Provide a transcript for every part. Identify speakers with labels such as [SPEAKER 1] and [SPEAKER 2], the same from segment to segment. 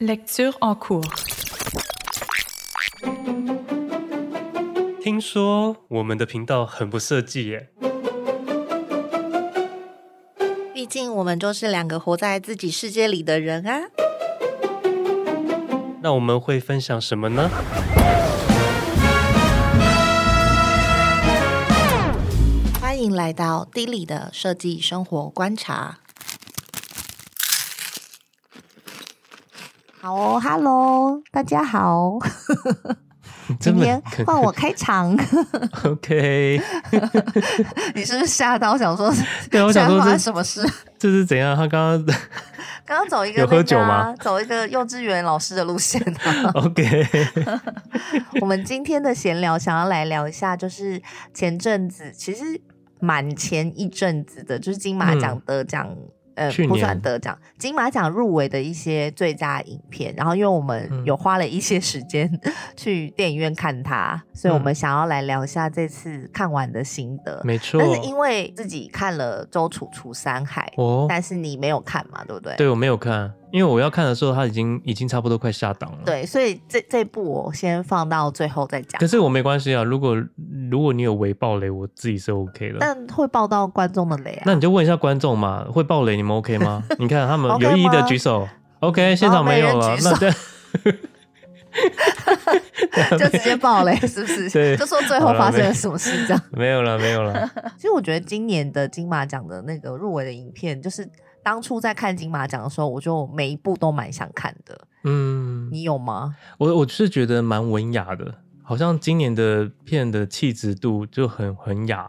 [SPEAKER 1] Lecture en cours.
[SPEAKER 2] 听说我们的频道很不设计耶，
[SPEAKER 3] 毕竟我们就是两个活在自己世界里的人啊。
[SPEAKER 2] 那我们会分享什么 呢？
[SPEAKER 3] 欢迎来到 d 里的设计生活观察。好哦，Hello，大家好，今天换我 开场。
[SPEAKER 2] OK，
[SPEAKER 3] 你是不是吓到？想说，
[SPEAKER 2] 对，我想说
[SPEAKER 3] 现在发生
[SPEAKER 2] 这
[SPEAKER 3] 什么事？
[SPEAKER 2] 这是怎样？他刚刚
[SPEAKER 3] 刚刚走一个、
[SPEAKER 2] 有
[SPEAKER 3] 那个啊
[SPEAKER 2] 喝酒吗？。
[SPEAKER 3] 走一个幼稚园老师的路线、啊
[SPEAKER 2] OK，
[SPEAKER 3] 我们今天的闲聊想要来聊一下，就是前阵子其实蛮前一阵子的，就是金马奖
[SPEAKER 2] 嗯
[SPEAKER 3] 得奖。呃，
[SPEAKER 2] 去
[SPEAKER 3] 不
[SPEAKER 2] 年
[SPEAKER 3] 算得奖，金马奖入围的一些最佳影片，然后因为我们
[SPEAKER 2] 嗯
[SPEAKER 3] 有花了一些时间 去电影院看它，所以我
[SPEAKER 2] 嗯
[SPEAKER 3] 们想要来聊一下这次看完的心得。
[SPEAKER 2] 没错
[SPEAKER 3] 但。是因为自己看了周楚楚山海，
[SPEAKER 2] 哦，
[SPEAKER 3] 但是你没有看嘛，对不对？
[SPEAKER 2] 对我没有看，因为我要看的时候，他已经已经差不多快下档了。，
[SPEAKER 3] 对，所以这这部我先放到最后再讲
[SPEAKER 2] 可。是我没关系啊，如果如果你有微暴雷，我自己是 OK 的。
[SPEAKER 3] 但会爆到观众的雷啊
[SPEAKER 2] 那！你就问一下观众嘛，会爆雷你们 OK 吗？你看他们
[SPEAKER 3] OK
[SPEAKER 2] 有意义的
[SPEAKER 3] 吗
[SPEAKER 2] 举手。OK，现场没有
[SPEAKER 3] 没
[SPEAKER 2] 了
[SPEAKER 3] 人，举
[SPEAKER 2] 那
[SPEAKER 3] 手
[SPEAKER 2] 对
[SPEAKER 3] 就直接爆雷，是不是？
[SPEAKER 2] 对
[SPEAKER 3] 就说最后发生了什么事这样。
[SPEAKER 2] 没有了，没有了。
[SPEAKER 3] 其实我觉得今年的金马奖的那个入围的影片，就是当初在看金马奖的时候，我就每一部都蛮想看的。
[SPEAKER 2] 嗯，
[SPEAKER 3] 你有吗？
[SPEAKER 2] 我我是觉得蛮文雅的，好像今年的片的气质度就很很雅，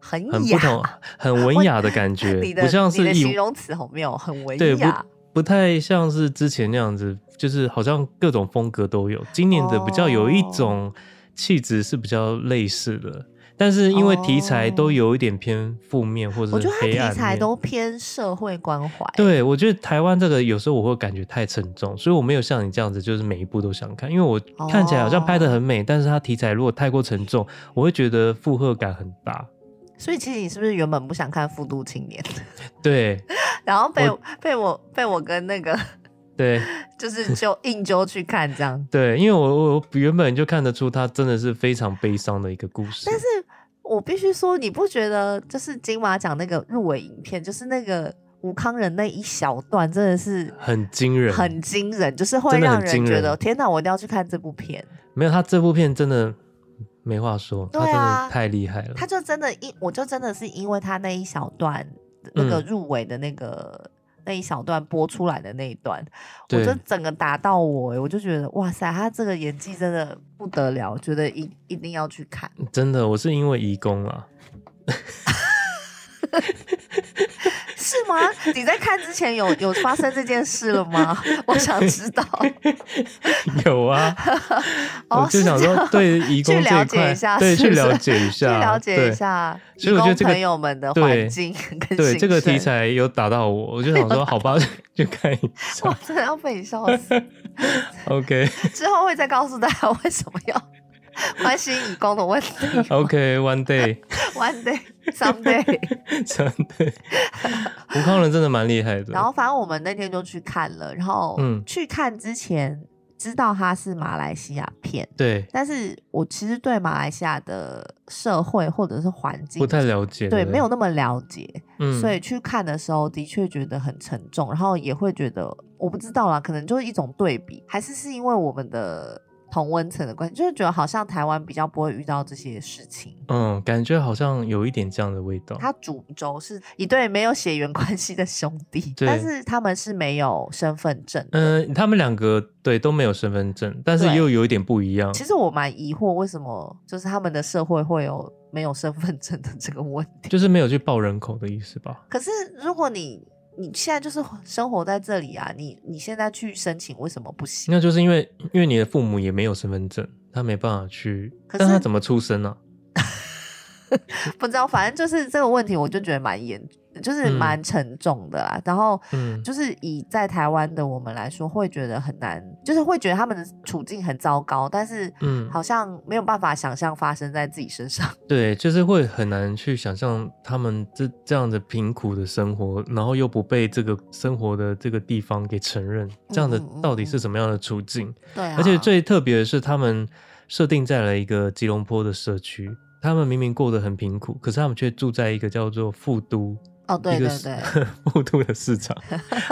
[SPEAKER 3] 很
[SPEAKER 2] 很不
[SPEAKER 3] 雅，
[SPEAKER 2] 同，很文雅的感觉
[SPEAKER 3] 你，的
[SPEAKER 2] 不像
[SPEAKER 3] 你
[SPEAKER 2] 是
[SPEAKER 3] 的形
[SPEAKER 2] 以
[SPEAKER 3] 容词好妙，很文
[SPEAKER 2] 对不
[SPEAKER 3] 雅。
[SPEAKER 2] 不太像是之前那样子，就是好像各种风格都有。今年的比较有
[SPEAKER 3] 哦
[SPEAKER 2] 一种气质是比较类似的，但是因为题材都有一点偏负面或者
[SPEAKER 3] 哦我觉
[SPEAKER 2] 是
[SPEAKER 3] 得它
[SPEAKER 2] 黑暗
[SPEAKER 3] 题材
[SPEAKER 2] 面
[SPEAKER 3] 都偏社会关怀。
[SPEAKER 2] 对，我觉得台湾这个有时候我会感觉太沉重，所以我没有像你这样子，就是每一部都想看，因为我看起来好像拍的很美，但是它题材如果太过沉重，我会觉得负荷感很大。
[SPEAKER 3] 所以其实你是不是原本不想看《复读青年》，
[SPEAKER 2] 对
[SPEAKER 3] 然后被
[SPEAKER 2] 我
[SPEAKER 3] 被我被我跟那个
[SPEAKER 2] 对
[SPEAKER 3] 就是就硬揪去看这样？
[SPEAKER 2] 对，因为我我原本就看得出它真的是非常悲伤的一个故事，
[SPEAKER 3] 但是我必须说，你不觉得就是金马奖那个入围影片，就是那个吴康仁那一小段，真的是
[SPEAKER 2] 很惊人，
[SPEAKER 3] 很惊人，就是会
[SPEAKER 2] 真的很
[SPEAKER 3] 让人
[SPEAKER 2] 惊
[SPEAKER 3] 觉
[SPEAKER 2] 人
[SPEAKER 3] 得天哪，我一定要去看这部片。
[SPEAKER 2] 没有他这部片真的没话说，他
[SPEAKER 3] 对
[SPEAKER 2] 真
[SPEAKER 3] 啊
[SPEAKER 2] 的太厉害了。
[SPEAKER 3] 他就真的因，我就真的是因为他那一小段那
[SPEAKER 2] 嗯
[SPEAKER 3] 个入围的那个。那一小段播出来的那一段，我
[SPEAKER 2] 对
[SPEAKER 3] 就整个打到我、欸，我就觉得哇塞，他这个演技真的不得了，觉得一一定要去看。
[SPEAKER 2] 真的，我是因为移工啊，
[SPEAKER 3] 是吗？你在看之前 有有发生这件事了吗？我想知道。
[SPEAKER 2] 有啊，
[SPEAKER 3] 哦，
[SPEAKER 2] 我就是想
[SPEAKER 3] 这样
[SPEAKER 2] 说，对移
[SPEAKER 3] 去
[SPEAKER 2] 工这
[SPEAKER 3] 了
[SPEAKER 2] 一
[SPEAKER 3] 解
[SPEAKER 2] 块
[SPEAKER 3] 一下，
[SPEAKER 2] 对，
[SPEAKER 3] 是
[SPEAKER 2] 去
[SPEAKER 3] 不是
[SPEAKER 2] 了解一
[SPEAKER 3] 去
[SPEAKER 2] 下，
[SPEAKER 3] 了解
[SPEAKER 2] 对
[SPEAKER 3] 一下，
[SPEAKER 2] 所以我觉得这个
[SPEAKER 3] 朋友们的
[SPEAKER 2] 对
[SPEAKER 3] 环境跟
[SPEAKER 2] 对这个
[SPEAKER 3] 心
[SPEAKER 2] 题
[SPEAKER 3] 声，
[SPEAKER 2] 材有打到我，我就想说，好吧， 就看一
[SPEAKER 3] 我
[SPEAKER 2] 下。
[SPEAKER 3] 真的要被你笑死。
[SPEAKER 2] OK
[SPEAKER 3] 之后会再告诉大家为什么要 关心义工的问题。
[SPEAKER 2] OK One Day
[SPEAKER 3] One day, someday。
[SPEAKER 2] 真的，吴康仁真的蛮厉害的。
[SPEAKER 3] 然后反正我们那天就去看了，然后
[SPEAKER 2] 嗯
[SPEAKER 3] 去看之前知道它是马来西亚片。
[SPEAKER 2] 对
[SPEAKER 3] 但是我其实对马来西亚的社会或者是环境
[SPEAKER 2] 不太了解，
[SPEAKER 3] 对
[SPEAKER 2] 不
[SPEAKER 3] 没有，那么了解，
[SPEAKER 2] 嗯，
[SPEAKER 3] 所以去看的时候的确觉得很沉重，然后也会觉得我不知道啦，可能就是一种对比，还是是因为我们的同温层的关系，就是觉得好像台湾比较不会遇到这些事情。
[SPEAKER 2] 嗯，感觉好像有一点这样的味道。
[SPEAKER 3] 它主轴是一对没有血缘关系的兄弟，
[SPEAKER 2] 对
[SPEAKER 3] 但是他们是没有身份证的。
[SPEAKER 2] 嗯、他们两个对都没有身份证，但是
[SPEAKER 3] 对
[SPEAKER 2] 又有一点不一样。
[SPEAKER 3] 其实我蛮疑惑，为什么就是他们的社会会有没有身份证的这个问题？
[SPEAKER 2] 就是没有去报人口的意思吧？
[SPEAKER 3] 可是如果你你现在就是生活在这里啊，你你现在去申请为什么不行？
[SPEAKER 2] 那就是因为因为你的父母也没有身份证，他没办法去。
[SPEAKER 3] 可是
[SPEAKER 2] 但他怎么出生呢、
[SPEAKER 3] 不知道，反正就是这个问题，我就觉得蛮严就是蛮沉重的啦。然后
[SPEAKER 2] 嗯
[SPEAKER 3] 就是以在台湾的我们来说，会觉得很难，就是会觉得他们的处境很糟糕，但是
[SPEAKER 2] 嗯，
[SPEAKER 3] 好像没有办法想象发生在自己身 上。
[SPEAKER 2] 对，就是会很难去想象他们这这样的贫苦的生活，然后又不被这个生活的这个地方给承认，这样的
[SPEAKER 3] 嗯嗯
[SPEAKER 2] 到底是什么样的处境？
[SPEAKER 3] 对啊，
[SPEAKER 2] 而且最特别的是，他们设定在了一个吉隆坡的社区，他们明明过得很贫苦，可是他们却住在一个叫做富都。
[SPEAKER 3] 哦，对
[SPEAKER 2] 一个
[SPEAKER 3] 对
[SPEAKER 2] 市
[SPEAKER 3] 对，
[SPEAKER 2] 富都的市场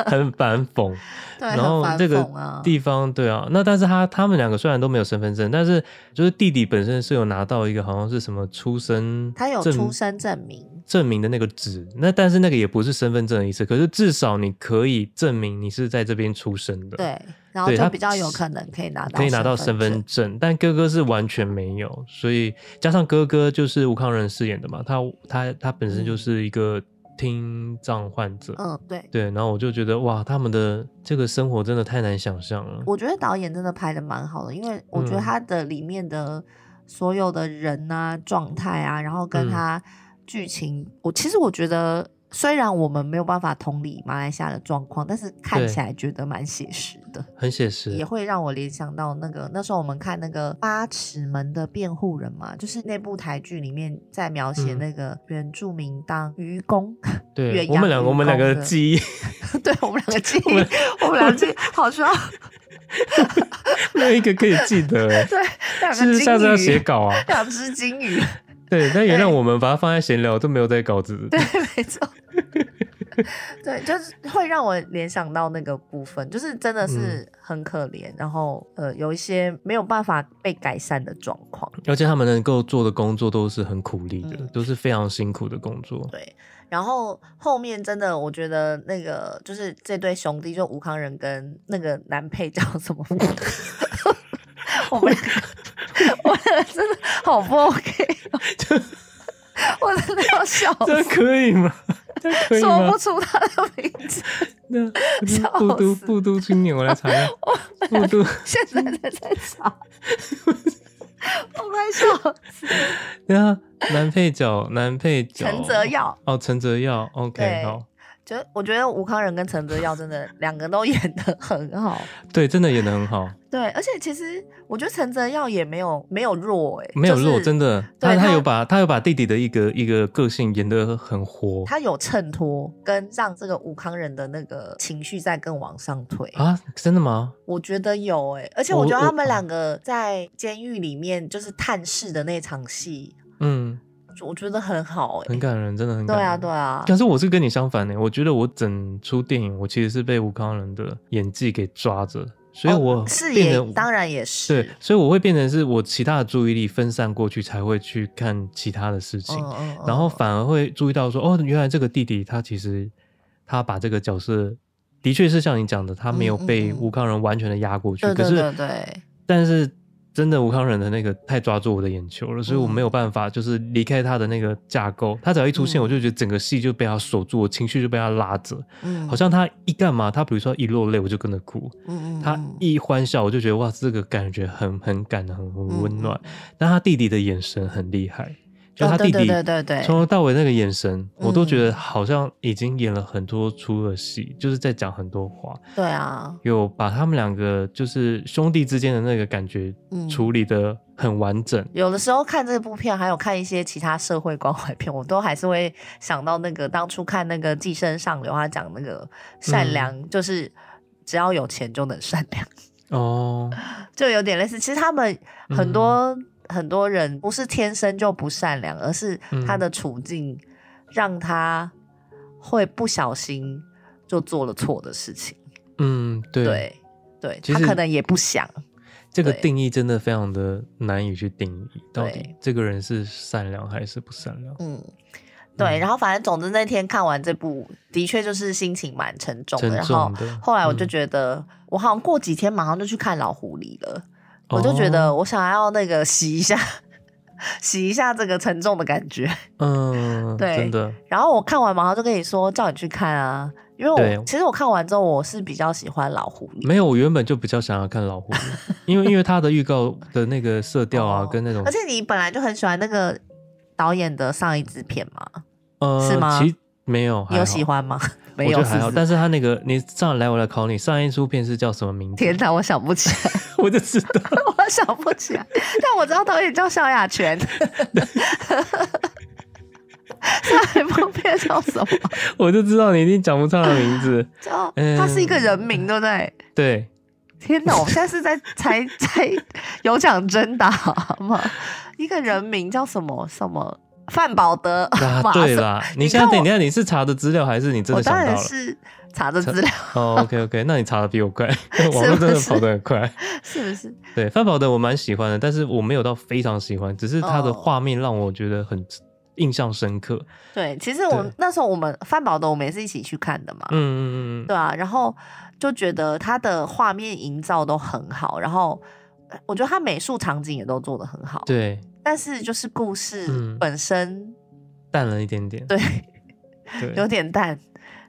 [SPEAKER 2] 很反讽，
[SPEAKER 3] 对，
[SPEAKER 2] 然后
[SPEAKER 3] 很
[SPEAKER 2] 这
[SPEAKER 3] 反
[SPEAKER 2] 个
[SPEAKER 3] 讽啊，
[SPEAKER 2] 地方对啊，那但是他他们两个虽然都没有身份证，但是就是弟弟本身是有拿到一个好像是什么出生证，
[SPEAKER 3] 他有出生证明，
[SPEAKER 2] 证明的那个纸，那但是那个也不是身份证的意思，可是至少你可以证明你是在这边出生的，，
[SPEAKER 3] 对，然后
[SPEAKER 2] 对
[SPEAKER 3] 就
[SPEAKER 2] 他
[SPEAKER 3] 比较有可能可以拿到
[SPEAKER 2] 可以拿到身
[SPEAKER 3] 身
[SPEAKER 2] 份
[SPEAKER 3] 证。
[SPEAKER 2] 证，但哥哥是完全没有，所以加上哥哥就是吴康仁饰演的嘛，他他他本身就是一个听障患者，
[SPEAKER 3] 嗯，对，
[SPEAKER 2] 对，然后我就觉得哇，他们的这个生活真的太难想象了，
[SPEAKER 3] 我觉得导演真的拍的蛮好的，因为我觉得
[SPEAKER 2] 嗯
[SPEAKER 3] 他的里面的所有的人啊、状态啊，然后跟
[SPEAKER 2] 嗯
[SPEAKER 3] 他剧情，我其实我觉得。虽然我们没有办法同理马来西亚的状况，但是看
[SPEAKER 2] 对
[SPEAKER 3] 起来觉得蛮写实的，
[SPEAKER 2] 很写
[SPEAKER 3] 也
[SPEAKER 2] 实，
[SPEAKER 3] 会让我联想到那个那时候我们看那个《八尺门的辩护人》嘛，就是那部台剧里面在描写
[SPEAKER 2] 嗯
[SPEAKER 3] 那个原住民当愚公，
[SPEAKER 2] 对
[SPEAKER 3] 远
[SPEAKER 2] 我们
[SPEAKER 3] 洋
[SPEAKER 2] 两个我们
[SPEAKER 3] 渔
[SPEAKER 2] 两个
[SPEAKER 3] 工的
[SPEAKER 2] 记忆
[SPEAKER 3] 对我们两个记忆
[SPEAKER 2] 我们，
[SPEAKER 3] 我们两个记忆好需要
[SPEAKER 2] 没有一个可以记得，
[SPEAKER 3] 对两
[SPEAKER 2] 是不
[SPEAKER 3] 个
[SPEAKER 2] 是下次
[SPEAKER 3] 金
[SPEAKER 2] 要写
[SPEAKER 3] 鱼，
[SPEAKER 2] 稿啊？
[SPEAKER 3] 两只金鱼，
[SPEAKER 2] 对，但原谅
[SPEAKER 3] 对
[SPEAKER 2] 我们把它放在闲聊，都没有在稿子。
[SPEAKER 3] 对，没错， 对，就是会让我联想到那个部分，就是
[SPEAKER 2] 嗯
[SPEAKER 3] 真的是很可怜，然后呃，有一些没有办法被改善的状况。
[SPEAKER 2] 而且他们能够做的工作都是很苦力的，
[SPEAKER 3] 嗯
[SPEAKER 2] 都是非常辛苦的工作。
[SPEAKER 3] 对，然后后面真的，我觉得那个就是这对兄弟，就吴康仁跟那个男配叫什么？ 我们两个，我们两个真的好不 OK，哦 我真的要笑
[SPEAKER 2] 这样
[SPEAKER 3] 死，
[SPEAKER 2] 可以吗？这样可以
[SPEAKER 3] 哦说
[SPEAKER 2] 吗
[SPEAKER 3] 不？出他的名字。
[SPEAKER 2] 那
[SPEAKER 3] 笑
[SPEAKER 2] 布都
[SPEAKER 3] 死
[SPEAKER 2] 布都青年，我来查一下。 布 都，
[SPEAKER 3] 现在在在吵， 我快笑死。
[SPEAKER 2] 那啊男配角，男配角，
[SPEAKER 3] 陈泽耀，
[SPEAKER 2] 哦，陈泽耀，OK，
[SPEAKER 3] 对
[SPEAKER 2] 好，
[SPEAKER 3] 就我觉得吴康仁跟陈泽耀真的两个都演的很好，
[SPEAKER 2] 对，真的演的很好，
[SPEAKER 3] 对，而且其实我觉得陈泽耀也没有没有弱哎、
[SPEAKER 2] 没有弱，
[SPEAKER 3] 就是
[SPEAKER 2] 真的，他
[SPEAKER 3] 对
[SPEAKER 2] 他
[SPEAKER 3] 他
[SPEAKER 2] 有把他有把弟弟的一个一个个性演的很活
[SPEAKER 3] 他有衬托跟让这个吴康仁的那个情绪在更往上推，
[SPEAKER 2] 啊，真的吗？
[SPEAKER 3] 我觉得有哎、而且我
[SPEAKER 2] 我
[SPEAKER 3] 觉得
[SPEAKER 2] 我
[SPEAKER 3] 他们两个在监狱里面就是探视的那场戏，
[SPEAKER 2] 嗯，
[SPEAKER 3] 我觉得很好哎、
[SPEAKER 2] 很感人，真的很
[SPEAKER 3] 对
[SPEAKER 2] 感人。
[SPEAKER 3] 啊对啊，
[SPEAKER 2] 但是我是跟你相反欸的，我觉得我整出电影，我其实是被吴康仁的演技给抓着，所以我
[SPEAKER 3] 哦是
[SPEAKER 2] 变
[SPEAKER 3] 也
[SPEAKER 2] 成、
[SPEAKER 3] 当然也是，
[SPEAKER 2] 对，所以我会变成是我其他的注意力分散过去，才会去看其他的事情，
[SPEAKER 3] 嗯
[SPEAKER 2] 然后反而会注意到说，哦，原来这个弟弟他其实他把这个角色的确是像你讲的，他没有
[SPEAKER 3] 嗯嗯
[SPEAKER 2] 被
[SPEAKER 3] 嗯
[SPEAKER 2] 吴康仁完全的压过去，
[SPEAKER 3] 对对
[SPEAKER 2] 可
[SPEAKER 3] 对
[SPEAKER 2] 是
[SPEAKER 3] 对，
[SPEAKER 2] 但是。真的吴康仁的那个太抓住我的眼球了，所以我
[SPEAKER 3] 嗯
[SPEAKER 2] 没有办法，就是离开他的那个架构。他只要一出现，
[SPEAKER 3] 嗯
[SPEAKER 2] 我就觉得整个戏就被他锁住，我情绪就被他拉着。
[SPEAKER 3] 嗯
[SPEAKER 2] 好像他一干嘛，他比如说一落泪，我就跟着哭；
[SPEAKER 3] 嗯嗯
[SPEAKER 2] 他
[SPEAKER 3] 嗯
[SPEAKER 2] 一欢笑，我就觉得哇，这个感觉很很感人，很很温暖。
[SPEAKER 3] 嗯
[SPEAKER 2] 但他弟弟的眼神很厉害，就他
[SPEAKER 3] 哦
[SPEAKER 2] 弟弟
[SPEAKER 3] 对对对对
[SPEAKER 2] 从
[SPEAKER 3] 对，
[SPEAKER 2] 头到尾那个眼神，
[SPEAKER 3] 嗯
[SPEAKER 2] 我都觉得好像已经演了很多出的戏，就是在讲很多话，
[SPEAKER 3] 对啊，
[SPEAKER 2] 有把他们两个就是兄弟之间的那个感觉
[SPEAKER 3] 嗯
[SPEAKER 2] 处理的很完整。
[SPEAKER 3] 有的时候看这部片，还有看一些其他社会关怀片，我都还是会想到那个当初看那个《寄生上流》，他讲那个善
[SPEAKER 2] 嗯
[SPEAKER 3] 良，就是只要有钱就能善良，
[SPEAKER 2] 哦，
[SPEAKER 3] 就有点类似。其实他们很多、
[SPEAKER 2] 嗯
[SPEAKER 3] 很多人不是天生就不善良，而是他
[SPEAKER 2] 嗯
[SPEAKER 3] 的处境让他会不小心就做了错的事情。
[SPEAKER 2] 嗯，对，
[SPEAKER 3] 对对，
[SPEAKER 2] 其
[SPEAKER 3] 他
[SPEAKER 2] 实
[SPEAKER 3] 可能也不想。
[SPEAKER 2] 这个
[SPEAKER 3] 对
[SPEAKER 2] 定义真的非常的难以去定义，到底
[SPEAKER 3] 对
[SPEAKER 2] 这个人是善良还是不善良？
[SPEAKER 3] 嗯，
[SPEAKER 2] 嗯
[SPEAKER 3] 对，然后反正总之那天看完这部，的确就是心情蛮沉重的。
[SPEAKER 2] 沉
[SPEAKER 3] 然
[SPEAKER 2] 重
[SPEAKER 3] 后
[SPEAKER 2] 的。
[SPEAKER 3] 后来我就
[SPEAKER 2] 嗯
[SPEAKER 3] 觉得，我好像过几天马上就去看老狐狸了，我就觉得
[SPEAKER 2] 哦
[SPEAKER 3] 我想要那个洗一下， 洗一下这个沉重的感觉。
[SPEAKER 2] 嗯，
[SPEAKER 3] 对
[SPEAKER 2] 真的，
[SPEAKER 3] 然后我看完马上就跟你说，叫你去看啊，因为
[SPEAKER 2] 对
[SPEAKER 3] 我其实我看完之后，我是比较喜欢老狐狸，
[SPEAKER 2] 没有，我原本就比较想要看老狐狸，因为因为他的预告的那个色调啊，
[SPEAKER 3] 哦
[SPEAKER 2] 跟那种
[SPEAKER 3] 而且你本来就很喜欢那个导演的上一支片嘛，
[SPEAKER 2] 呃，
[SPEAKER 3] 是吗
[SPEAKER 2] 其没有，还
[SPEAKER 3] 你有
[SPEAKER 2] 好
[SPEAKER 3] 喜？欢吗？ 没
[SPEAKER 2] 我觉
[SPEAKER 3] 有，
[SPEAKER 2] 得
[SPEAKER 3] 是
[SPEAKER 2] 还好，
[SPEAKER 3] 不是？
[SPEAKER 2] 但是他那个，你上来我来考你，上一出片是叫什么名字？
[SPEAKER 3] 天哪，我想不起来，
[SPEAKER 2] 我就知道，
[SPEAKER 3] 我想不起来。但我知道导演叫萧亚全。那一部片叫什么？
[SPEAKER 2] 我就知道你一定讲不上的名 字。
[SPEAKER 3] 叫
[SPEAKER 2] 嗯
[SPEAKER 3] 他是一个人名，对不对？
[SPEAKER 2] 对，
[SPEAKER 3] 天哪，我现在是在才才有奖征答吗？一个人名叫什么什么？范保德。
[SPEAKER 2] 啊，
[SPEAKER 3] 马
[SPEAKER 2] 对
[SPEAKER 3] 上
[SPEAKER 2] 啦，
[SPEAKER 3] 你
[SPEAKER 2] 你现在
[SPEAKER 3] 看我
[SPEAKER 2] 等一下，你是查的资料还是你真
[SPEAKER 3] 我
[SPEAKER 2] 的想
[SPEAKER 3] 当
[SPEAKER 2] 到
[SPEAKER 3] 然
[SPEAKER 2] 了？
[SPEAKER 3] 是查着资料，
[SPEAKER 2] 哦，OK OK，那你查的比我快，网络
[SPEAKER 3] 是不
[SPEAKER 2] 真的
[SPEAKER 3] 是
[SPEAKER 2] 跑得很快。
[SPEAKER 3] 是不是？
[SPEAKER 2] 对，范宝的我蛮喜欢的，但是我没有到非常喜欢，只是它的
[SPEAKER 3] 哦
[SPEAKER 2] 画面让我觉得很印象深刻。
[SPEAKER 3] 对，其实我
[SPEAKER 2] 对
[SPEAKER 3] 那时候我们范保德，我们也是一起去看的嘛，
[SPEAKER 2] 嗯嗯嗯嗯，
[SPEAKER 3] 对啊，然后就觉得他的画面营造都很好，然后呃我觉得他美术场景也都做得很好，
[SPEAKER 2] 对，
[SPEAKER 3] 但是就是故事
[SPEAKER 2] 嗯
[SPEAKER 3] 本身、
[SPEAKER 2] 淡了一点点。
[SPEAKER 3] 对有
[SPEAKER 2] 对，
[SPEAKER 3] 点淡，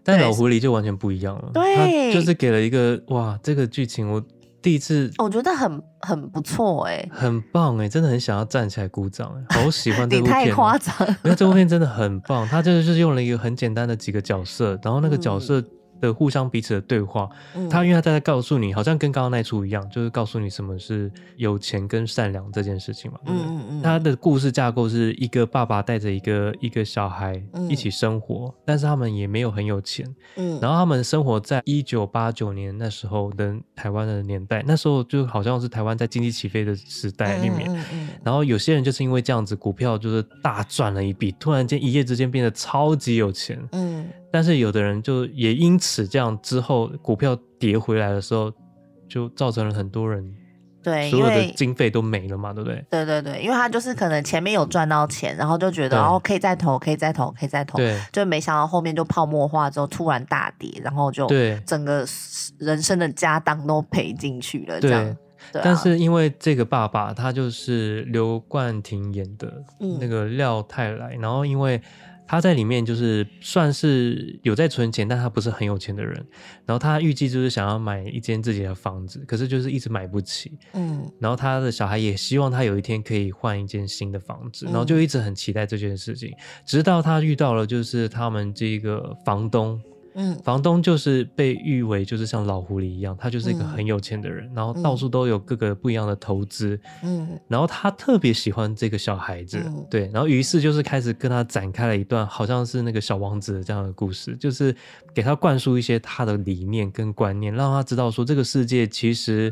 [SPEAKER 2] 但
[SPEAKER 3] 对
[SPEAKER 2] 老狐狸就完全不一样了。
[SPEAKER 3] 对
[SPEAKER 2] 它就是给了一个哇，这个剧情我第一次
[SPEAKER 3] 我觉得很很不错哎、
[SPEAKER 2] 很棒哎，真的很想要站起来鼓掌哎，好喜 欢这
[SPEAKER 3] 你
[SPEAKER 2] 部片哦。
[SPEAKER 3] 太夸张了，
[SPEAKER 2] 因为这部片真的很棒，它真的就是用了一个很简单的几个角色，然后那个角色的互相彼此的对话，
[SPEAKER 3] 嗯
[SPEAKER 2] 他因为他在告诉你，好像跟刚刚那出一样，就是告诉你什么是有钱跟善良这件事情嘛。对不对
[SPEAKER 3] 嗯嗯
[SPEAKER 2] 他的故事架构是一个爸爸带着一个一个小孩
[SPEAKER 3] 嗯
[SPEAKER 2] 一起生活，但是他们也没有很有钱，
[SPEAKER 3] 嗯
[SPEAKER 2] 然后他们生活在一九八九年那时候的台湾的年代，那时候就好像是台湾在经济起飞的时代里面，
[SPEAKER 3] 嗯嗯
[SPEAKER 2] 然后有些人就是因为这样子，股票就是大赚了一笔，突然间一夜之间变得超级有钱。
[SPEAKER 3] 嗯
[SPEAKER 2] 但是有的人就也因此这样之后，股票跌回来的时候，就造成了很多人
[SPEAKER 3] 嗯对，
[SPEAKER 2] 所
[SPEAKER 3] 因
[SPEAKER 2] 有的
[SPEAKER 3] 为。哦
[SPEAKER 2] 经费都没了嘛，对不对？
[SPEAKER 3] 对对对，因为他就是可能前面有赚到钱，然后就觉得
[SPEAKER 2] 对
[SPEAKER 3] 哦可以再投，可以再投，可以再投，
[SPEAKER 2] 对
[SPEAKER 3] 就没想到后面就泡沫化之后突然大跌，然后就
[SPEAKER 2] 对
[SPEAKER 3] 整个人生的家当都赔进去了，这样。
[SPEAKER 2] 对。
[SPEAKER 3] 对啊
[SPEAKER 2] 但是因为这个爸爸他就是刘冠廷演的
[SPEAKER 3] 嗯
[SPEAKER 2] 那个廖泰来，然后因为他在里面就是算是有在存钱，但他不是很有钱的人，然后他预计就是想要买一间自己的房子，可是就是一直买不起，
[SPEAKER 3] 嗯
[SPEAKER 2] 然后他的小孩也希望他有一天可以换一间新的房子，
[SPEAKER 3] 嗯
[SPEAKER 2] 然后就一直很期待这件事情，直到他遇到了就是他们这个房东，
[SPEAKER 3] 嗯
[SPEAKER 2] 房东就是被誉为就是像老狐狸一样，他就是一个
[SPEAKER 3] 嗯
[SPEAKER 2] 很有钱的人，然后到处都有各个不一样的投资，
[SPEAKER 3] 嗯
[SPEAKER 2] 然后他特别喜欢这个小孩子，
[SPEAKER 3] 嗯
[SPEAKER 2] 对，然后于是就是开始跟他展开了一段好像是那个小王子的这样的故事，就是给他灌输一些他的理念跟观念，让他知道说这个世界其实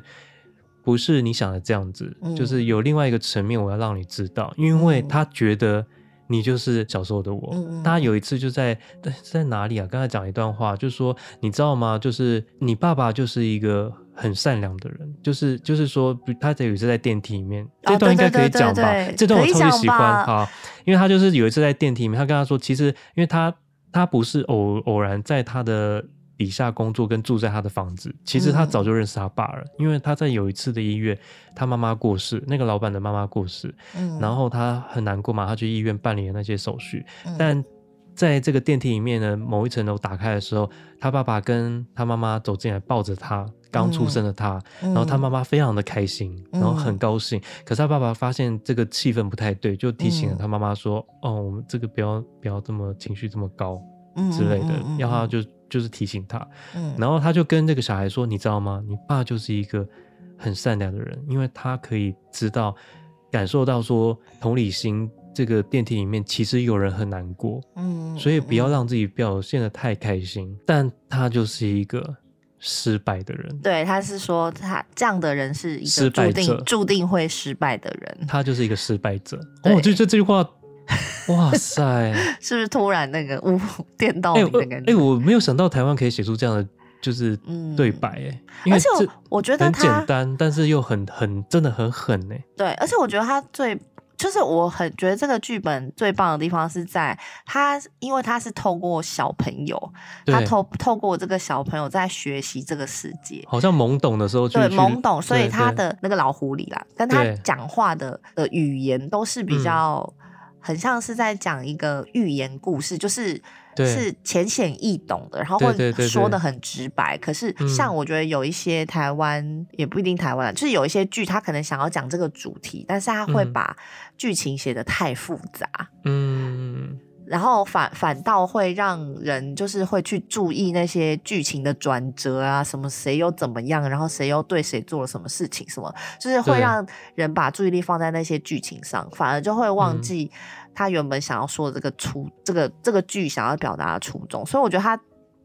[SPEAKER 2] 不是你想的这样子，
[SPEAKER 3] 嗯
[SPEAKER 2] 就是有另外一个层面，我要让你知道，因为他觉得。你就是小时候的我。
[SPEAKER 3] 嗯嗯
[SPEAKER 2] 他有一次就在在在哪里啊？刚才讲一段话，就说你知道吗？就是你爸爸就是一个很善良的人，就是就是说他有一次在电梯里面，这段应该可以讲吧？
[SPEAKER 3] 哦对对对对对
[SPEAKER 2] 这段我
[SPEAKER 3] 可以
[SPEAKER 2] 超级喜欢
[SPEAKER 3] 讲吧
[SPEAKER 2] 哈，因为他就是有一次在电梯里面，他跟他说，其实因为他他不是偶偶然在他的。底下工作跟住在他的房子，其实他
[SPEAKER 3] 嗯
[SPEAKER 2] 早就认识他爸了，因为他在有一次的医院，他妈妈过世，那个老板的妈妈过世，
[SPEAKER 3] 嗯
[SPEAKER 2] 然后他很难过嘛，他去医院办理了那些手续，
[SPEAKER 3] 嗯
[SPEAKER 2] 但在这个电梯里面呢，某一层楼打开的时候，他爸爸跟他妈妈走进来，抱着他刚出生的
[SPEAKER 3] 嗯
[SPEAKER 2] 他，然后他妈妈非常的开心，然后很高兴。可是他爸爸发现这个气氛不太对，就提醒了
[SPEAKER 3] 嗯
[SPEAKER 2] 他妈妈说：“哦，我们这个不要不要这么情绪这么高
[SPEAKER 3] 嗯
[SPEAKER 2] 之类的，
[SPEAKER 3] 嗯嗯嗯
[SPEAKER 2] 要他就就是提醒他。”
[SPEAKER 3] 嗯
[SPEAKER 2] 然后他就跟这个小孩说：“你知道吗？你爸就是一个很善良的人，因为他可以知道、感受到说同理心。”这个电梯里面其实有人很难过，
[SPEAKER 3] 嗯
[SPEAKER 2] 所以不要让自己表现的太开心。但他就是一个失败的人，
[SPEAKER 3] 对，他是说他这样的人是一
[SPEAKER 2] 失
[SPEAKER 3] 个
[SPEAKER 2] 败
[SPEAKER 3] 注
[SPEAKER 2] 者
[SPEAKER 3] 定注定会失败的人，
[SPEAKER 2] 他就是一个失败者。
[SPEAKER 3] 对
[SPEAKER 2] 哦，就这这句话， 哇塞！
[SPEAKER 3] 是不是突然那个呜电到
[SPEAKER 2] 哎
[SPEAKER 3] 你
[SPEAKER 2] 我
[SPEAKER 3] 的感
[SPEAKER 2] 哎、
[SPEAKER 3] 觉？
[SPEAKER 2] 我没有想到台湾可以写出这样的就是
[SPEAKER 3] 嗯
[SPEAKER 2] 对白哎、因为
[SPEAKER 3] 而且
[SPEAKER 2] 这
[SPEAKER 3] 我我觉得
[SPEAKER 2] 很简
[SPEAKER 3] 他
[SPEAKER 2] 单，但是又很很真的很狠哎、
[SPEAKER 3] 对，而且我觉得他最就是我很觉得这个剧本最棒的地方是在他，因为他是透过小朋友，他
[SPEAKER 2] 对，
[SPEAKER 3] 透透过这个小朋友在学习这个世界。
[SPEAKER 2] 好像懵懂的时候去
[SPEAKER 3] 对，
[SPEAKER 2] 去
[SPEAKER 3] 懵懂，所以
[SPEAKER 2] 对
[SPEAKER 3] 他
[SPEAKER 2] 对
[SPEAKER 3] 的那个老狐狸啦，跟他
[SPEAKER 2] 对嗯
[SPEAKER 3] 讲话的的语言都是比较、很像是在讲一个寓言故事，就是
[SPEAKER 2] 对
[SPEAKER 3] 是浅显易懂的，然后
[SPEAKER 2] 对对对
[SPEAKER 3] 会
[SPEAKER 2] 对
[SPEAKER 3] 说的很直白。可是
[SPEAKER 2] 嗯
[SPEAKER 3] 像我觉得有一些台湾也不一定台湾啦，就是有一些剧，他可能想要讲这个主题，但是他会
[SPEAKER 2] 嗯
[SPEAKER 3] 把剧情写的太复杂。
[SPEAKER 2] 嗯，
[SPEAKER 3] 然后反反倒会让人就是会去注意那些剧情的转折啊，什么谁又怎么样，然后谁又对谁做了什么事情，什么就是会
[SPEAKER 2] 对
[SPEAKER 3] 让人把注意力放在那些剧情上，反而就会忘记他原本想要说的这个初、这个这个剧想要表达的初衷。所以我觉得他。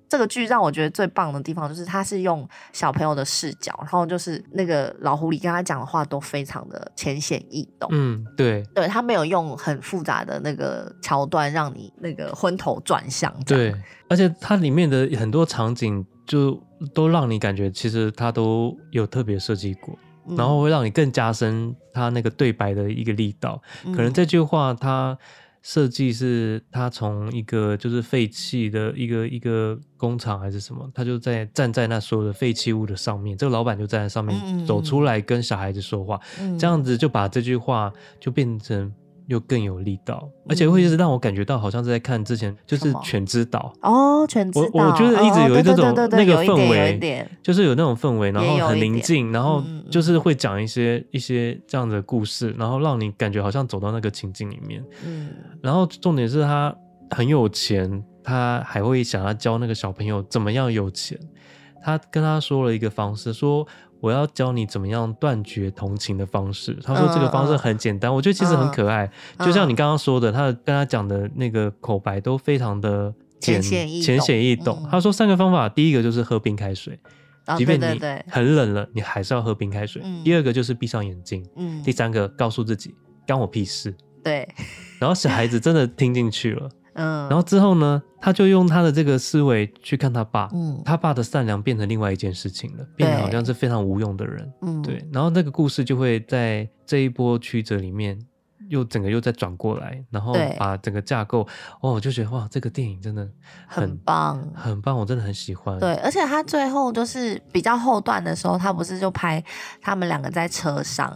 [SPEAKER 3] 这个剧让我觉得最棒的地方就是，他是用小朋友的视角，然后就是那个老狐狸跟他讲的话都非常的浅显易懂，
[SPEAKER 2] 嗯，对
[SPEAKER 3] 对他没有用很复杂的那个桥段让你那个昏头转向。这样
[SPEAKER 2] 对，，而且它里面的很多场景就都让你感觉其实它都有特别设计过，
[SPEAKER 3] 嗯
[SPEAKER 2] 然后会让你更加深它那个对白的一个力道。可能
[SPEAKER 3] 嗯
[SPEAKER 2] 这句话它设计是它从一个就是废弃的一个一个工厂还是什么，他就在站在那所有的废弃物的上面，这个老板就站在上
[SPEAKER 3] 嗯嗯嗯
[SPEAKER 2] 面走出来跟小孩子说话，这样子就把这句话就变成。又更有力道，而且会一直让我感觉到好像是在看之前就是
[SPEAKER 3] 嗯
[SPEAKER 2] 《
[SPEAKER 3] 什么
[SPEAKER 2] 犬之岛》
[SPEAKER 3] 嗯哦，全知
[SPEAKER 2] 我
[SPEAKER 3] 道。
[SPEAKER 2] 我觉得一直
[SPEAKER 3] 哦
[SPEAKER 2] 有一
[SPEAKER 3] 对对
[SPEAKER 2] 种
[SPEAKER 3] 对对
[SPEAKER 2] 那个
[SPEAKER 3] 有一点
[SPEAKER 2] 氛围
[SPEAKER 3] 有一点
[SPEAKER 2] 就是有那种氛围，然
[SPEAKER 3] 也
[SPEAKER 2] 后
[SPEAKER 3] 有
[SPEAKER 2] 很
[SPEAKER 3] 一
[SPEAKER 2] 宁
[SPEAKER 3] 点
[SPEAKER 2] 静，然后
[SPEAKER 3] 嗯嗯
[SPEAKER 2] 就是会讲一些一些这样的故事，然后让你感觉好像走到那个情境里面。
[SPEAKER 3] 嗯，
[SPEAKER 2] 然后重点是他很有钱，他还会想要教那个小朋友怎么样有钱。他跟他说了一个方式，说我要教你怎么样断绝同情的方式。他说这个方式
[SPEAKER 3] 嗯嗯嗯
[SPEAKER 2] 很简单，我觉得其实很可爱。就像你刚刚说的，他跟他讲的那个口白都非常的
[SPEAKER 3] 浅
[SPEAKER 2] 简
[SPEAKER 3] 显易
[SPEAKER 2] 浅
[SPEAKER 3] 懂
[SPEAKER 2] 显易懂。
[SPEAKER 3] 嗯
[SPEAKER 2] 他说三个方法，第一个就是喝冰开水，
[SPEAKER 3] 啊
[SPEAKER 2] 即
[SPEAKER 3] 对
[SPEAKER 2] 便
[SPEAKER 3] 对
[SPEAKER 2] 你
[SPEAKER 3] 对，
[SPEAKER 2] 很冷了，你还是要喝冰开水。
[SPEAKER 3] 嗯
[SPEAKER 2] 第二个就是闭上眼睛，
[SPEAKER 3] 嗯
[SPEAKER 2] 第三个告诉自己干我屁事。
[SPEAKER 3] 对，
[SPEAKER 2] 然后小孩子真的听进去了，
[SPEAKER 3] 嗯，
[SPEAKER 2] 然后之后呢，他就用他的这个思维去看他爸，
[SPEAKER 3] 嗯
[SPEAKER 2] 他爸的善良变成另外一件事情了，变得好像是非常无用的人。
[SPEAKER 3] 嗯
[SPEAKER 2] 对，然后那个故事就会在这一波曲折里面，又整个又再转过来，然后
[SPEAKER 3] 对
[SPEAKER 2] 把整个架构，哦，我就觉得哇，这个电影真的
[SPEAKER 3] 很棒。
[SPEAKER 2] 很棒，我真的很喜欢。
[SPEAKER 3] 对，而且他最后就是比较后段的时候，他不是就拍他们两个在车上，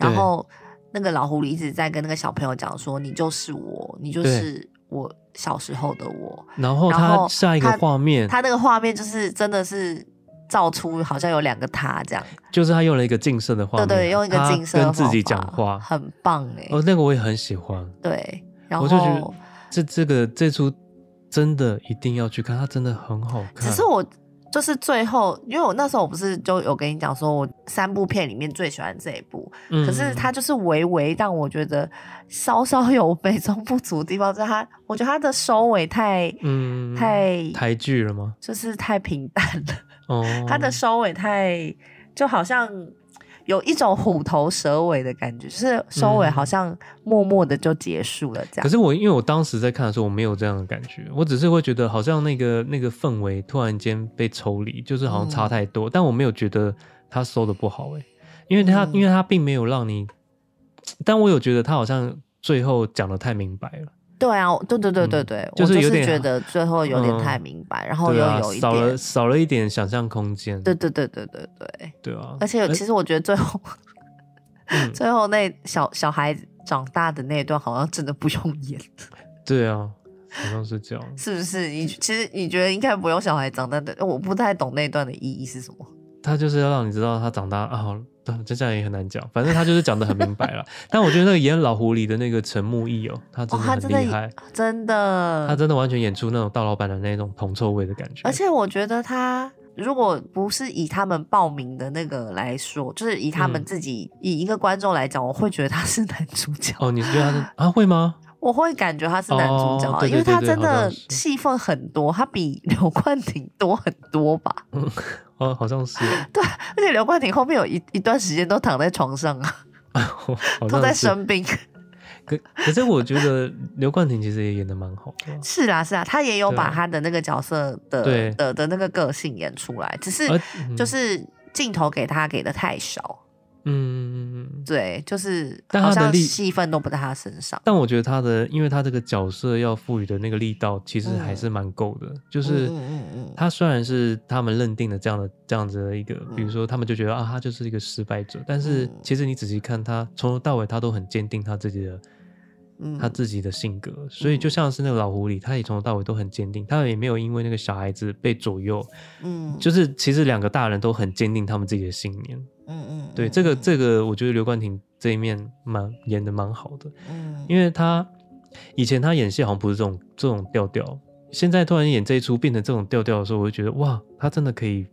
[SPEAKER 3] 然
[SPEAKER 2] 对
[SPEAKER 3] 后那个老狐狸一直在跟那个小朋友讲说：“你就是我，你就
[SPEAKER 2] 对
[SPEAKER 3] 是我小时候的我。
[SPEAKER 2] 然后
[SPEAKER 3] 然
[SPEAKER 2] 他
[SPEAKER 3] 后
[SPEAKER 2] 下一个
[SPEAKER 3] 他
[SPEAKER 2] 画”面
[SPEAKER 3] 他那个画面就是真的是照出好像有两个他这样，
[SPEAKER 2] 就是他用了一个近摄的画
[SPEAKER 3] 对
[SPEAKER 2] 面，啊
[SPEAKER 3] 对，用一个
[SPEAKER 2] 他
[SPEAKER 3] 金色
[SPEAKER 2] 跟
[SPEAKER 3] 的
[SPEAKER 2] 自己
[SPEAKER 3] 方
[SPEAKER 2] 讲
[SPEAKER 3] 法
[SPEAKER 2] 话，
[SPEAKER 3] 很棒哎、
[SPEAKER 2] 哦，那个我也很喜欢。
[SPEAKER 3] 对，然
[SPEAKER 2] 我就觉
[SPEAKER 3] 后
[SPEAKER 2] 得这这个这出真的一定要去看，它真的很好看。
[SPEAKER 3] 只是我就是最后，因为我那时候我不是就有跟你讲说，我三部片里面最喜欢这一部，
[SPEAKER 2] 嗯，
[SPEAKER 3] 可是它就是微微让我觉得稍稍有美中不足的地方，就是它，我觉得它的收尾太、
[SPEAKER 2] 嗯
[SPEAKER 3] 太
[SPEAKER 2] 台剧了吗？
[SPEAKER 3] 就是太平淡了，
[SPEAKER 2] 哦，
[SPEAKER 3] 它的收尾太就好像。有一种虎头蛇尾的感觉，就是收尾
[SPEAKER 2] 嗯
[SPEAKER 3] 好像默默的就结束了这样。
[SPEAKER 2] 可是我因为我当时在看的时候，我没有这样的感觉，我只是会觉得好像那个那个氛围突然间被抽离，就是好像
[SPEAKER 3] 嗯
[SPEAKER 2] 差太多，但我没有觉得它收的不好哎、因为它、
[SPEAKER 3] 嗯
[SPEAKER 2] 因为它并没有让你，但我有觉得它好像最后讲的太明白了，
[SPEAKER 3] 对啊，对对对对
[SPEAKER 2] 嗯
[SPEAKER 3] 对，
[SPEAKER 2] 就
[SPEAKER 3] 我
[SPEAKER 2] 是
[SPEAKER 3] 就
[SPEAKER 2] 有点
[SPEAKER 3] 是觉得最后有点
[SPEAKER 2] 嗯
[SPEAKER 3] 太明白，然后
[SPEAKER 2] 对
[SPEAKER 3] 又
[SPEAKER 2] 啊
[SPEAKER 3] 哦有一，
[SPEAKER 2] 少
[SPEAKER 3] 点
[SPEAKER 2] 了少了一点想象空间，
[SPEAKER 3] 对对对对对对，
[SPEAKER 2] 对啊，
[SPEAKER 3] 而且有其实我觉得最后、
[SPEAKER 2] 嗯
[SPEAKER 3] 最后那小小孩长大的那一段好像真的不用演，
[SPEAKER 2] 对啊，好像是这样。
[SPEAKER 3] 是不是？你其实你觉得应该不用小孩长大的，我不太懂那一段的意义是什么。
[SPEAKER 2] 他就是要让你知道他长大啊， 这这样也很难讲。反正他就是讲的很明白 了。但我觉得那个演老狐狸的那个陈木易哦，他
[SPEAKER 3] 哦
[SPEAKER 2] 真，的
[SPEAKER 3] 他
[SPEAKER 2] 很
[SPEAKER 3] 真
[SPEAKER 2] 厉
[SPEAKER 3] 的
[SPEAKER 2] 害，
[SPEAKER 3] 真
[SPEAKER 2] 他
[SPEAKER 3] 的，
[SPEAKER 2] 真的完全演出那种大老板的那种铜臭味的感觉。
[SPEAKER 3] 而且我觉得他。如果不是以他们报名的那个来说，就是以他们
[SPEAKER 2] 嗯
[SPEAKER 3] 自己、以一个观众来讲，我会觉得他是男主 角，
[SPEAKER 2] 哦，你觉得他是啊会吗？
[SPEAKER 3] 我会感觉他是男主角，
[SPEAKER 2] 哦
[SPEAKER 3] 啊
[SPEAKER 2] 对对
[SPEAKER 3] 因为他
[SPEAKER 2] 对对
[SPEAKER 3] 真
[SPEAKER 2] 好
[SPEAKER 3] 的
[SPEAKER 2] 像是
[SPEAKER 3] 戏份很多，他比刘冠廷多很多吧。
[SPEAKER 2] 哦，好 像是，
[SPEAKER 3] 而且刘冠廷后面有一一段时间都躺在床上啊，
[SPEAKER 2] 哦好
[SPEAKER 3] 都在
[SPEAKER 2] 像是。
[SPEAKER 3] 生病。
[SPEAKER 2] 可可是我觉得刘冠廷其实也演的蛮好的啊，
[SPEAKER 3] 是啦是啦，他也有
[SPEAKER 2] 对啊
[SPEAKER 3] 把他的那个角色
[SPEAKER 2] 对
[SPEAKER 3] 的的的那个个性演出来，只是
[SPEAKER 2] 而
[SPEAKER 3] 就
[SPEAKER 2] 嗯
[SPEAKER 3] 是镜头给他给的太少，
[SPEAKER 2] 嗯嗯。
[SPEAKER 3] 对，就是
[SPEAKER 2] 但
[SPEAKER 3] 好
[SPEAKER 2] 他的
[SPEAKER 3] 像
[SPEAKER 2] 力
[SPEAKER 3] 戏份都不在他身上。
[SPEAKER 2] 但我觉得他的，因为他这个角色要赋予的那个力道，其实还是蛮够的。就是
[SPEAKER 3] 嗯嗯嗯嗯
[SPEAKER 2] 他虽然是他们认定的这样的这样子的一个，比如
[SPEAKER 3] 嗯
[SPEAKER 2] 说他们就觉得啊，他就是一个失败者，但是
[SPEAKER 3] 嗯
[SPEAKER 2] 其实你仔细看他从头到尾，他都很坚定他自己的
[SPEAKER 3] 嗯，
[SPEAKER 2] 他自己的性格，所以就
[SPEAKER 3] 嗯
[SPEAKER 2] 像是那个老狐狸，他也从头到尾都很坚定，他也没有因为那个小孩子被左右，
[SPEAKER 3] 嗯
[SPEAKER 2] 就是其实两个大人都很坚定他们自己的信念。
[SPEAKER 3] 嗯嗯，
[SPEAKER 2] 对
[SPEAKER 3] 嗯
[SPEAKER 2] 这个
[SPEAKER 3] 嗯
[SPEAKER 2] 这个，我觉得刘冠廷这一面蛮演的蛮好的，
[SPEAKER 3] 嗯
[SPEAKER 2] 因为他以前他演戏好像不是这种这种调调，现在突然演这一出变成这种调调的时候，我就觉得哇，他真的可以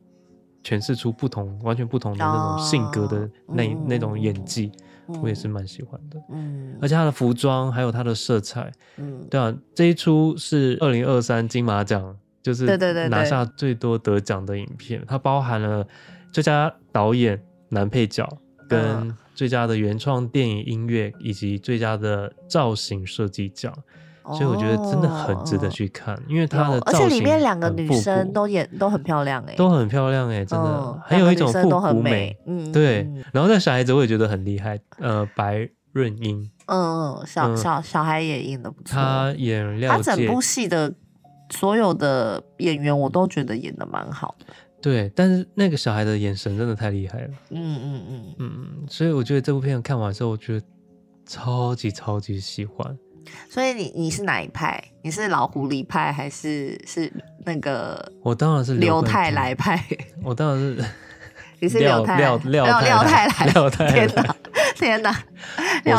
[SPEAKER 2] 诠释出不同、完全不同的那种性格的那、
[SPEAKER 3] 哦嗯
[SPEAKER 2] 那种演技，
[SPEAKER 3] 嗯
[SPEAKER 2] 我也是，蛮喜欢的。
[SPEAKER 3] 嗯
[SPEAKER 2] 而且他的服装还有他的色彩，
[SPEAKER 3] 嗯，
[SPEAKER 2] 对啊，这一出是二零二三金马奖，就是
[SPEAKER 3] 对对对对
[SPEAKER 2] 拿下最多得奖的影片，它包含了最佳导演、男配角跟
[SPEAKER 3] 嗯
[SPEAKER 2] 最佳的原创电影音乐以及最佳的造型设计奖，所以我觉得真的很值得
[SPEAKER 3] 哦。
[SPEAKER 2] 去看，因为
[SPEAKER 3] 有
[SPEAKER 2] 它的
[SPEAKER 3] 而
[SPEAKER 2] 造
[SPEAKER 3] 且里
[SPEAKER 2] 型
[SPEAKER 3] 面两个
[SPEAKER 2] 很
[SPEAKER 3] 女
[SPEAKER 2] 复古
[SPEAKER 3] 生都演都很漂亮哎，
[SPEAKER 2] 都很漂亮哎、真的，
[SPEAKER 3] 嗯
[SPEAKER 2] 还
[SPEAKER 3] 两
[SPEAKER 2] 有
[SPEAKER 3] 个
[SPEAKER 2] 一
[SPEAKER 3] 女
[SPEAKER 2] 种
[SPEAKER 3] 生
[SPEAKER 2] 复
[SPEAKER 3] 都很
[SPEAKER 2] 古
[SPEAKER 3] 美，嗯，
[SPEAKER 2] 对
[SPEAKER 3] 嗯，
[SPEAKER 2] 然后那小孩子我也觉得很厉害，呃，白润英，
[SPEAKER 3] 嗯，嗯小
[SPEAKER 2] 嗯
[SPEAKER 3] 小小孩也演的不错，
[SPEAKER 2] 她演
[SPEAKER 3] 他
[SPEAKER 2] 料
[SPEAKER 3] 整
[SPEAKER 2] 界
[SPEAKER 3] 部戏的所有的演员我都觉得演的蛮好的，
[SPEAKER 2] 对，但是那个小孩的眼神真的太厉害了，
[SPEAKER 3] 嗯嗯嗯，
[SPEAKER 2] 嗯，所以我觉得这部片看完之后，我觉得超级超级喜欢。
[SPEAKER 3] 所以你你是哪一派？你是老狐狸派还是是那个
[SPEAKER 2] 我当然是
[SPEAKER 3] 刘
[SPEAKER 2] 冠
[SPEAKER 3] 太
[SPEAKER 2] 廷
[SPEAKER 3] 来，派？
[SPEAKER 2] 我当然是
[SPEAKER 3] 你是
[SPEAKER 2] 廖
[SPEAKER 3] 刘太哦
[SPEAKER 2] 廖廖
[SPEAKER 3] 廖
[SPEAKER 2] 廖
[SPEAKER 3] 太
[SPEAKER 2] 太
[SPEAKER 3] 来？
[SPEAKER 2] 廖太
[SPEAKER 3] 天
[SPEAKER 2] 来
[SPEAKER 3] 哪，天哪！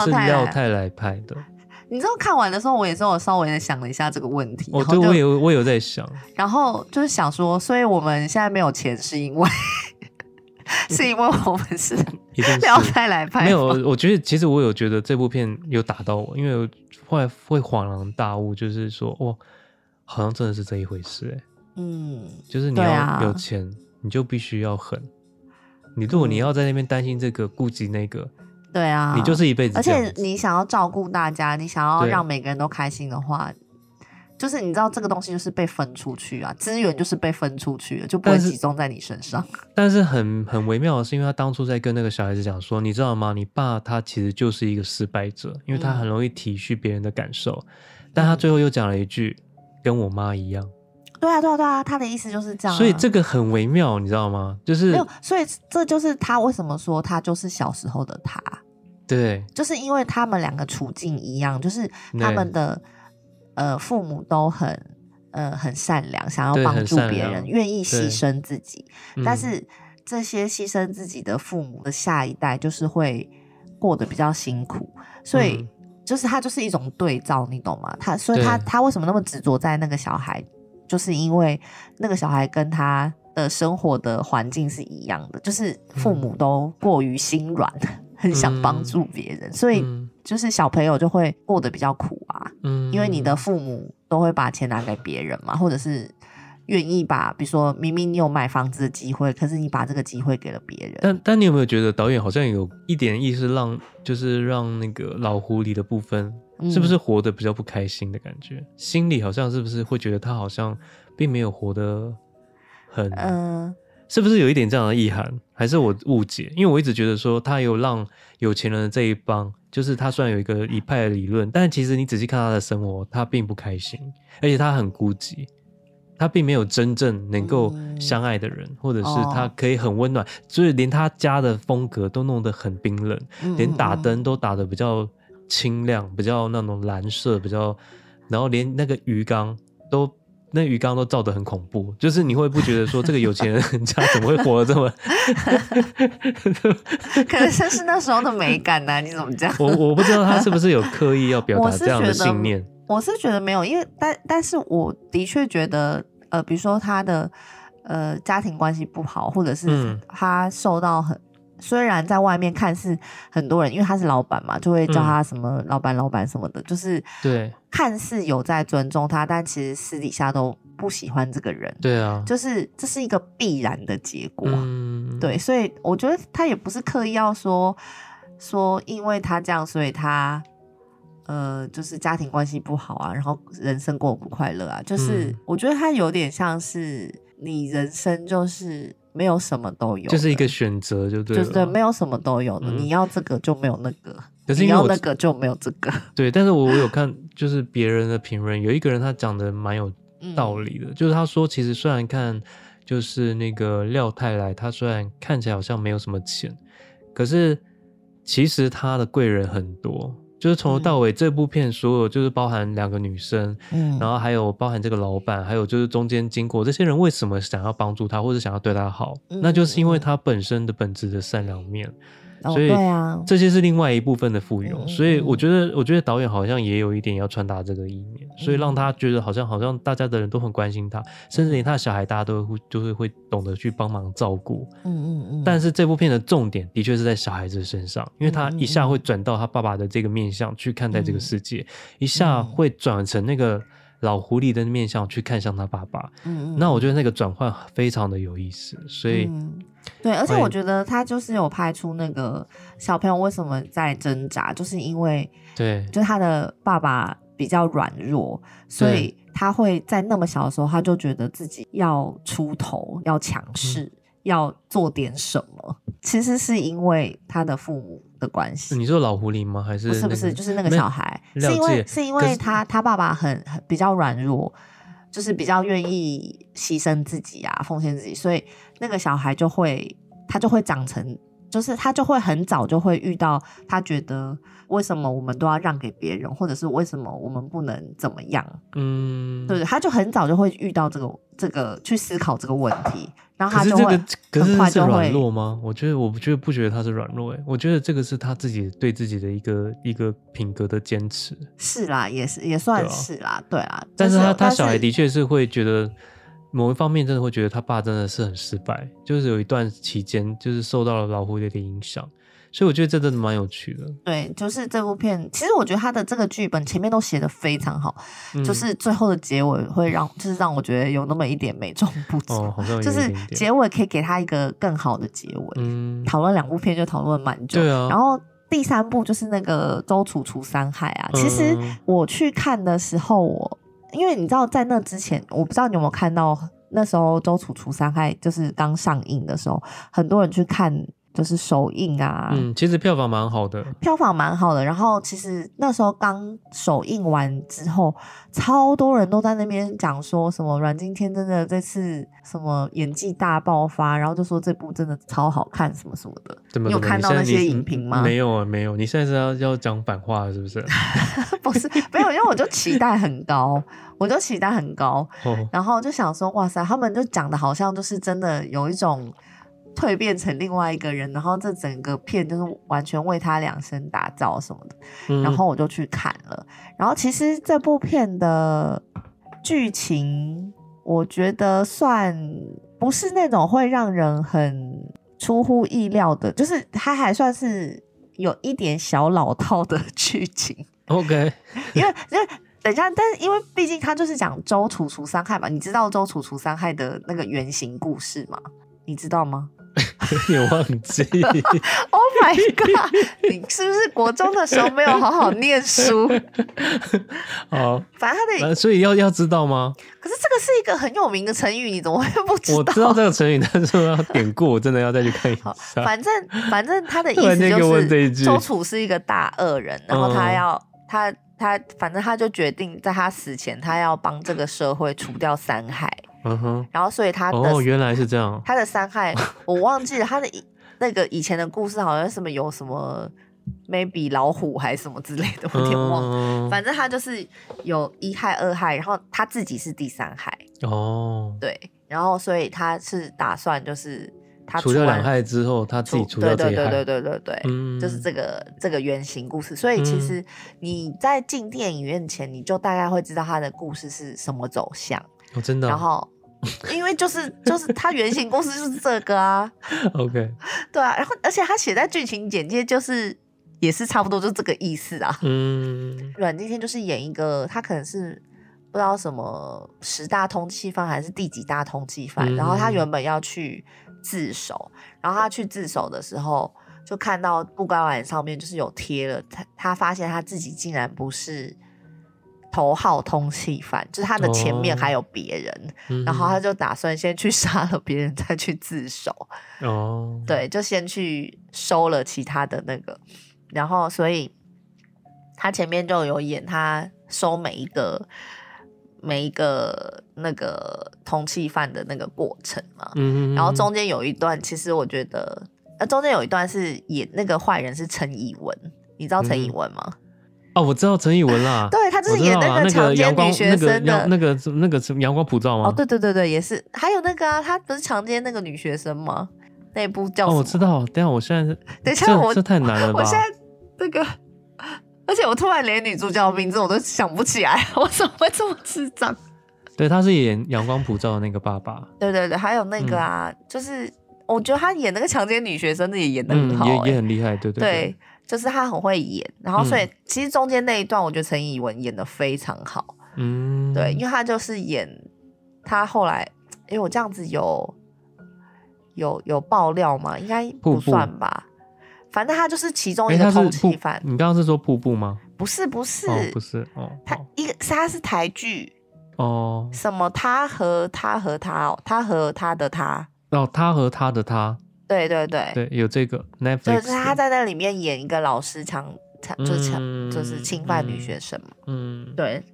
[SPEAKER 2] 我是
[SPEAKER 3] 太
[SPEAKER 2] 廖
[SPEAKER 3] 来，
[SPEAKER 2] 太来拍的。
[SPEAKER 3] 你知道看完的时候，我也是我稍微的想了一下这个问题，
[SPEAKER 2] 哦，
[SPEAKER 3] 然后
[SPEAKER 2] 对，我
[SPEAKER 3] 就
[SPEAKER 2] 有我有在 想，
[SPEAKER 3] 然后就是想说，所以我们现在没有钱是因为 是因为我们是
[SPEAKER 2] 一定
[SPEAKER 3] 廖
[SPEAKER 2] 是
[SPEAKER 3] 太来派
[SPEAKER 2] 没有。我觉得其实我有觉得这部片有打到我，因为我后来会恍然大悟，就是说，哇，好像真的是这一回事、欸，
[SPEAKER 3] 嗯，
[SPEAKER 2] 就是你
[SPEAKER 3] 对
[SPEAKER 2] 要
[SPEAKER 3] 啊
[SPEAKER 2] 有钱，你就必须要狠。你如果你
[SPEAKER 3] 嗯
[SPEAKER 2] 要在那边担心这个顾及那个，
[SPEAKER 3] 对啊，
[SPEAKER 2] 你就是一辈子
[SPEAKER 3] 而
[SPEAKER 2] 这样
[SPEAKER 3] 且
[SPEAKER 2] 子。
[SPEAKER 3] 你想要照顾大家，你想要
[SPEAKER 2] 对
[SPEAKER 3] 让每个人都开心的话，就是你知道这个东西就是被分出去啊，资源就是被分出去了，就不会
[SPEAKER 2] 但是
[SPEAKER 3] 集中在你 身上。
[SPEAKER 2] 但是很很微妙的是，因为他当初在跟那个小孩子讲说，你知道吗？你爸他其实就是一个失败者，因为他
[SPEAKER 3] 嗯
[SPEAKER 2] 很容易体恤别人的感受。但他最后又讲了一句，跟我妈一样。
[SPEAKER 3] 对啊，对啊，对啊，他的意思就是这样啊、
[SPEAKER 2] 所以这个很微妙，你知道吗？就是
[SPEAKER 3] 没有，所以这就是他为什么说他就是小时候的他，
[SPEAKER 2] 对
[SPEAKER 3] 就是因为他们两个处境一样，就是他
[SPEAKER 2] 对
[SPEAKER 3] 们的呃父母都很。呃，很善良，想
[SPEAKER 2] 对
[SPEAKER 3] 要帮
[SPEAKER 2] 很
[SPEAKER 3] 助
[SPEAKER 2] 善
[SPEAKER 3] 别
[SPEAKER 2] 良
[SPEAKER 3] 人，愿意
[SPEAKER 2] 对
[SPEAKER 3] 牺牲自己，但
[SPEAKER 2] 嗯
[SPEAKER 3] 是这些牺牲自己的父母的下一代，就是会过得比较辛苦，所以
[SPEAKER 2] 嗯
[SPEAKER 3] 就是他就是一种对照，你懂吗？他所以他
[SPEAKER 2] 对
[SPEAKER 3] 他为什么那么执着在那个小孩，就是因为那个小孩跟他的生活的环境是一样的，就是
[SPEAKER 2] 嗯
[SPEAKER 3] 父母都过于心软，很想帮助别人，所以
[SPEAKER 2] 嗯
[SPEAKER 3] 就是小朋友就会过得比较苦啊。
[SPEAKER 2] 嗯
[SPEAKER 3] 因为你的父母都会把钱拿给别人嘛，或者是愿意把，比如说明明你有买房子的机会，可是你把这个机会给了别人。
[SPEAKER 2] 但但你有没有觉得导演好像有一点意识让，就是让那个老狐狸的部分，
[SPEAKER 3] 嗯
[SPEAKER 2] 是不是活得比较不开心的感觉？心里好像是不是会觉得他好像并没有活得很，
[SPEAKER 3] 嗯、
[SPEAKER 2] 是不是有一点这样的意涵？还是我误解？因为我一直觉得说他有让有钱人的这一帮，就是他虽然有一个一派的理论，但其实你仔细看他的生活，他并不开心，而且他很孤寂。他并没有真正能够
[SPEAKER 3] 嗯
[SPEAKER 2] 相爱的人，或者是
[SPEAKER 3] 哦
[SPEAKER 2] 他可以很温暖，所以连他家的风格都弄得很冰冷，
[SPEAKER 3] 嗯
[SPEAKER 2] 连打
[SPEAKER 3] 嗯
[SPEAKER 2] 灯都打得比较清亮，比较那种蓝色，比较，然后连那个鱼缸都。那鱼缸都照得很恐怖，就是你会不觉得说这个有钱人 家怎么会活得这么
[SPEAKER 3] 嗯可能这是那时候的美感呐、你怎么这样？
[SPEAKER 2] 我我不知道他是不是有刻意要表达
[SPEAKER 3] 我是
[SPEAKER 2] 这样的
[SPEAKER 3] 觉得
[SPEAKER 2] 信念，
[SPEAKER 3] 我是觉得没有，因为但但是我的确觉得，呃，比如说他的呃家庭关系不好，或者是
[SPEAKER 2] 嗯
[SPEAKER 3] 他受到很。虽然在外面看似很多人，因为他是老板嘛，就会叫
[SPEAKER 2] 嗯
[SPEAKER 3] 他什么老板、老板什么的，就是
[SPEAKER 2] 对
[SPEAKER 3] 看似有在尊重他，但其实私底下都不喜欢这个人，
[SPEAKER 2] 对啊，
[SPEAKER 3] 就是这是一个必然的结果。
[SPEAKER 2] 嗯，
[SPEAKER 3] 对，所以我觉得他也不是刻意要说说，因为他这样，所以他呃，就是家庭关系不好啊，然后人生过得不快乐啊。就是、
[SPEAKER 2] 嗯
[SPEAKER 3] 我觉得他有点像是你人生就是没有什么都有的，
[SPEAKER 2] 就是一个选择，就对
[SPEAKER 3] 就
[SPEAKER 2] 了，
[SPEAKER 3] 是对，没有什么都有的，
[SPEAKER 2] 嗯
[SPEAKER 3] 你要这个就没有那个，
[SPEAKER 2] 可是因为
[SPEAKER 3] 你要
[SPEAKER 2] 我
[SPEAKER 3] 那个就没有这个。
[SPEAKER 2] 对，但是我有看就是别人的评论，有一个人他讲的蛮有
[SPEAKER 3] 嗯
[SPEAKER 2] 道理的，就是他说其实虽然看就是那个廖太来，他虽然看起来好像没有什么钱，可是其实他的贵人很多。就是从头到尾，这部片所有就是包含两个女生，
[SPEAKER 3] 嗯
[SPEAKER 2] 然后还有包含这个老板，还有就是中间经过这些人为什么想要帮助他，或者想要对他好，
[SPEAKER 3] 嗯
[SPEAKER 2] 那就是因为
[SPEAKER 3] 嗯嗯
[SPEAKER 2] 他本身的本质的善良面。
[SPEAKER 3] 哦，
[SPEAKER 2] 所以
[SPEAKER 3] 对啊，
[SPEAKER 2] 这些是另外一部分的富有，
[SPEAKER 3] 嗯嗯
[SPEAKER 2] 所以我
[SPEAKER 3] 嗯
[SPEAKER 2] 觉得，我觉得导演好像也有一点要传达这个意念，所以让他觉得好像好像大家的人都很关心他，甚至连他的小孩大家都会就是会懂得去帮忙照顾。
[SPEAKER 3] 嗯嗯嗯，
[SPEAKER 2] 但是这部片的重点的确是在小孩子身上，因为他一下会转到他爸爸的这个面相去看待这个世
[SPEAKER 3] 嗯
[SPEAKER 2] 界，一下会转成那个老狐狸的面相去看向他爸爸。
[SPEAKER 3] 嗯嗯，
[SPEAKER 2] 那我觉
[SPEAKER 3] 就
[SPEAKER 2] 得那个转换非常的有意思，所以
[SPEAKER 3] 嗯对，而且
[SPEAKER 2] 会
[SPEAKER 3] 我觉得他就是有拍出那个小朋友为什么在挣扎，就是因为
[SPEAKER 2] 对
[SPEAKER 3] 就他的爸爸比较软弱，所以他会在那么小的时候，他就觉得自己要出头，要强势，
[SPEAKER 2] 嗯
[SPEAKER 3] 要做点什么。其实是因为他的父母的关系，
[SPEAKER 2] 你说老狐狸吗？还是
[SPEAKER 3] 不是
[SPEAKER 2] 那
[SPEAKER 3] 不
[SPEAKER 2] 个
[SPEAKER 3] 是，就是那个
[SPEAKER 2] 没
[SPEAKER 3] 小孩，
[SPEAKER 2] 了
[SPEAKER 3] 是因
[SPEAKER 2] 解
[SPEAKER 3] 为是因
[SPEAKER 2] 可
[SPEAKER 3] 为
[SPEAKER 2] 是
[SPEAKER 3] 他他爸爸很很比较软弱，就是比较愿意牺牲自己啊，奉献自己，所以那个小孩就会他就会长成，就是他就会很早就会遇到他觉得为什么我们都要让给别人，或者是为什么我们不能怎么样，
[SPEAKER 2] 嗯，
[SPEAKER 3] 对不对？他就很早就会遇到这个这个去思考这个问题，然后
[SPEAKER 2] 可
[SPEAKER 3] 他
[SPEAKER 2] 是
[SPEAKER 3] 就
[SPEAKER 2] 这
[SPEAKER 3] 啊会
[SPEAKER 2] 个，可是
[SPEAKER 3] 很快
[SPEAKER 2] 是
[SPEAKER 3] 就会
[SPEAKER 2] 软弱吗？我觉得，我不觉得不觉得他是软弱、欸，我觉得这个是他自己对自己的一个一个品格的坚持。
[SPEAKER 3] 是啦，也是也算
[SPEAKER 2] 对啊
[SPEAKER 3] 是啦，对啦，
[SPEAKER 2] 但
[SPEAKER 3] 就是
[SPEAKER 2] 他他
[SPEAKER 3] 但
[SPEAKER 2] 小孩
[SPEAKER 3] 是
[SPEAKER 2] 的确是会觉得某一方面真的会觉得他爸真的是很失败，就是有一段期间就是受到了老狐狸的影响，所以我觉得这真的蛮有趣的。
[SPEAKER 3] 对，就是这部片，其实我觉得他的这个剧本前面都写的非常好，
[SPEAKER 2] 嗯
[SPEAKER 3] 就是最后的结尾会让，就是让我觉得有那么一点美中不足，
[SPEAKER 2] 哦，好像有一
[SPEAKER 3] 就
[SPEAKER 2] 点
[SPEAKER 3] 是
[SPEAKER 2] 点
[SPEAKER 3] 结尾可以给他一个更好的结尾。
[SPEAKER 2] 嗯，
[SPEAKER 3] 讨论两部片就讨论蛮久，
[SPEAKER 2] 对啊
[SPEAKER 3] 然后第三部就是那个周楚除三害啊，其实
[SPEAKER 2] 嗯
[SPEAKER 3] 我去看的时候我因为你知道，在那之前，我不知道你有没有看到，那时候《周楚除三害》就是刚上映的时候，很多人去看，就是首映啊，
[SPEAKER 2] 嗯，其实票房蛮好的，
[SPEAKER 3] 票房蛮好的。然后其实那时候刚首映完之后，超多人都在那边讲说什么阮经天真的这次什么演技大爆发，然后就说这部真的超好看什么什么的。
[SPEAKER 2] 怎么
[SPEAKER 3] 你有
[SPEAKER 2] 怎么
[SPEAKER 3] 看到
[SPEAKER 2] 现在
[SPEAKER 3] 那些
[SPEAKER 2] 你
[SPEAKER 3] 影评吗
[SPEAKER 2] 没有啊，没有。你现在是要要讲反话是不是？
[SPEAKER 3] 不是 没有，因为我就期待很高，我就期待很高，
[SPEAKER 2] 哦，
[SPEAKER 3] 然后就想说哇塞，他们就讲的好像就是真的有一种。蜕变成另外一个人，然后这整个片就是完全为他量身打造什么的。
[SPEAKER 2] 嗯
[SPEAKER 3] 然后我就去看了。然后其实这部片的剧情，我觉得算不是那种会让人很出乎意料的，就是它还算是有一点小老套的剧情，
[SPEAKER 2] OK，
[SPEAKER 3] 因为因为。等一下，但是因为毕竟它就是讲周楚除三害嘛，你知道周楚除三害的那个原型故事吗？你知道吗
[SPEAKER 2] 有点忘 记。
[SPEAKER 3] ？Oh my god！你是不是国中的时候没有好好念书？
[SPEAKER 2] 好，
[SPEAKER 3] 反正他的
[SPEAKER 2] 那所以要要知道吗？
[SPEAKER 3] 可是这个是一个很有名的成语，你怎么会不知道？
[SPEAKER 2] 我知道这个成语，但是我要典故，我真的要再去看一下
[SPEAKER 3] 好。 反正反正他的意
[SPEAKER 2] 突然间
[SPEAKER 3] 思
[SPEAKER 2] 给我
[SPEAKER 3] 就
[SPEAKER 2] 问这一句
[SPEAKER 3] 是周楚是一个大恶人，然后他
[SPEAKER 2] 嗯
[SPEAKER 3] 要、他他反正他就决定在他死前，他要帮这个社会除掉三害，
[SPEAKER 2] 嗯哼，
[SPEAKER 3] 然后所以他的、
[SPEAKER 2] 哦，原来是这样。
[SPEAKER 3] 他的三害我忘记了他的以那个以前的故事好像什么有什么 maybe 老虎还是什么之类的，我有点忘了。
[SPEAKER 2] 嗯
[SPEAKER 3] 反正他就是有一害、二害，然后他自己是第三害。
[SPEAKER 2] 哦，
[SPEAKER 3] 对，然后所以他是打算就是他
[SPEAKER 2] 除掉
[SPEAKER 3] 完
[SPEAKER 2] 两害之后，他自己除掉
[SPEAKER 3] 对
[SPEAKER 2] 这
[SPEAKER 3] 对
[SPEAKER 2] 一
[SPEAKER 3] 对对
[SPEAKER 2] 害。
[SPEAKER 3] 对对对，
[SPEAKER 2] 嗯
[SPEAKER 3] 就是这个这个原型故事。所以其
[SPEAKER 2] 嗯
[SPEAKER 3] 实你在进电影院前，你就大概会知道他的故事是什么走向，
[SPEAKER 2] 哦，真的
[SPEAKER 3] 然
[SPEAKER 2] 啊。
[SPEAKER 3] 后。因为就是就是他原型故事就是这个啊，
[SPEAKER 2] OK，
[SPEAKER 3] 对啊，然后而且他写在剧情简介就是也是差不多就这个意思啊。
[SPEAKER 2] 嗯，
[SPEAKER 3] 阮经天就是演一个，他可能是不知道什么十大通缉犯还是第几大通缉犯，
[SPEAKER 2] 嗯
[SPEAKER 3] 然后他原本要去自首，然后他去自首的时候，就看到布告栏上面就是有贴了，他他发现他自己竟然不是。头号通缉犯，就是他的前面
[SPEAKER 2] 哦
[SPEAKER 3] 还有别人，
[SPEAKER 2] 嗯
[SPEAKER 3] 然后他就打算先去 杀了别人，再去自首。
[SPEAKER 2] 哦，
[SPEAKER 3] 对，就先去收了其他的那个，然后所以他前面就有演他收每一个每一个那个通缉犯的那个过程嘛，
[SPEAKER 2] 嗯，嗯，嗯
[SPEAKER 3] 然后中间有一段，其实我觉得，呃，中间有一段是演那个坏人是陈以文，你知道陈以
[SPEAKER 2] 嗯
[SPEAKER 3] 文吗？
[SPEAKER 2] 哦，我知道陈以文啦。
[SPEAKER 3] 对他就是
[SPEAKER 2] 我知
[SPEAKER 3] 演
[SPEAKER 2] 道啦
[SPEAKER 3] 个强奸
[SPEAKER 2] 阳光
[SPEAKER 3] 女学生的。哦
[SPEAKER 2] 那个阳那个那个阳光普照吗？
[SPEAKER 3] 哦，对对对对，也是，还有那个啊，他不是强奸那个女学生吗？那部叫什
[SPEAKER 2] 哦，
[SPEAKER 3] 么？
[SPEAKER 2] 我知道，等一下我现在是，
[SPEAKER 3] 等一下
[SPEAKER 2] 这
[SPEAKER 3] 我
[SPEAKER 2] 这太难了吧
[SPEAKER 3] 我？现在这个，而且我突然连女主角的名字我都想不起来，我怎么会这么智障？
[SPEAKER 2] 对，他是演《阳光普照》的那个爸 爸，
[SPEAKER 3] 对对对，还有那
[SPEAKER 2] 嗯
[SPEAKER 3] 个啊，就是我觉得他演那个强奸女学生的也演的很
[SPEAKER 2] 嗯，
[SPEAKER 3] 好、欸
[SPEAKER 2] 也也很厉害，对对
[SPEAKER 3] 对
[SPEAKER 2] 对，，嗯
[SPEAKER 3] 就是他很会演，然后所以其实中间那一段，我觉得陈以文演的非常好，
[SPEAKER 2] 嗯，
[SPEAKER 3] 对，因为他就是演他后来，因为我这样子有有有爆料吗？应该
[SPEAKER 2] 瀑
[SPEAKER 3] 不
[SPEAKER 2] 布
[SPEAKER 3] 算吧，反正他就是其中一
[SPEAKER 2] 哎，
[SPEAKER 3] 个
[SPEAKER 2] 他
[SPEAKER 3] 通
[SPEAKER 2] 是瀑
[SPEAKER 3] 缉犯，，
[SPEAKER 2] 你刚刚是说瀑布吗？
[SPEAKER 3] 不是不是、
[SPEAKER 2] 哦，不是，哦，
[SPEAKER 3] 他一个是他是台剧，
[SPEAKER 2] 哦，
[SPEAKER 3] 什么他和他和他哦，他和他的他，
[SPEAKER 2] 哦，他和他的他，
[SPEAKER 3] 对对对，
[SPEAKER 2] 对，有这个 Netflix，
[SPEAKER 3] 就是
[SPEAKER 2] 的
[SPEAKER 3] 他在那里面演一个老师强强就是强、
[SPEAKER 2] 嗯
[SPEAKER 3] 就是侵犯女学生嘛。
[SPEAKER 2] 嗯，
[SPEAKER 3] 对，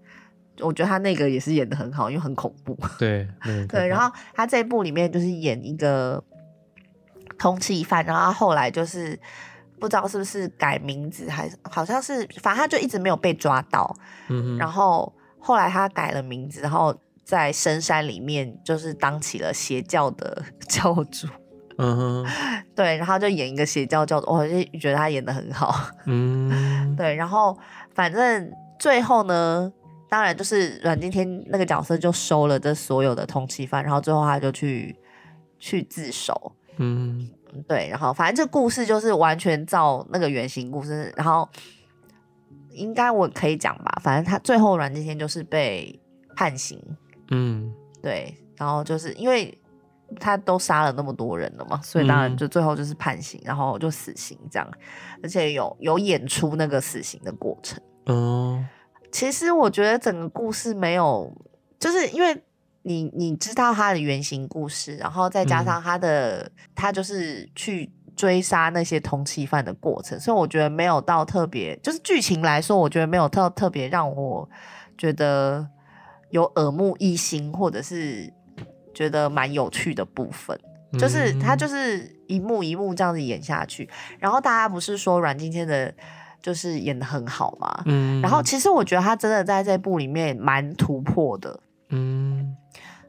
[SPEAKER 3] 我觉得他那个也是演的很好，因为很恐怖。
[SPEAKER 2] 对对
[SPEAKER 3] 对，然后他这一部里面就是演一个通缉犯，然后他后来就是不知道是不是改名字，还是好像是，反正他就一直没有被抓到。
[SPEAKER 2] 嗯
[SPEAKER 3] 然
[SPEAKER 2] 哼，
[SPEAKER 3] 后后来他改了名字，然后在深山里面就是当起了邪教的 教主。
[SPEAKER 2] 嗯哼，
[SPEAKER 3] 对，然后他就演一个邪教教主，我就觉得他演的很好。
[SPEAKER 2] 嗯，
[SPEAKER 3] 对，然后反正最后呢，当然就是阮经天那个角色就收了这所有的通缉犯，然后最后他就去去自首。
[SPEAKER 2] 嗯，
[SPEAKER 3] 嗯对，然后反正这故事就是完全照那个原型故事，然后应该我可以讲吧，反正他最后阮经天就是被判刑，
[SPEAKER 2] 嗯，
[SPEAKER 3] 对，然后就是因为他都杀了那么多人了嘛，所以当然
[SPEAKER 2] 嗯
[SPEAKER 3] 就最后就是判刑，然后就死刑这样，而且有有演出那个死刑的过程。
[SPEAKER 2] 哦，
[SPEAKER 3] 其实我觉得整个故事没有，就是因为你你知道他的原型故事，然后再加上他的、他就是去追杀那些通缉犯的过程，所以我觉得没有到特别，就是剧情来说，我觉得没有特特别让我觉得有耳目一新，或者是觉得蛮有趣的部分。就是他
[SPEAKER 2] 嗯
[SPEAKER 3] 就是一幕一幕这样子演下去，然后大家不是说阮经天的就是演的很好吗？
[SPEAKER 2] 嗯，
[SPEAKER 3] 然后其实我觉得他真的在这部里面蛮突破的，
[SPEAKER 2] 嗯，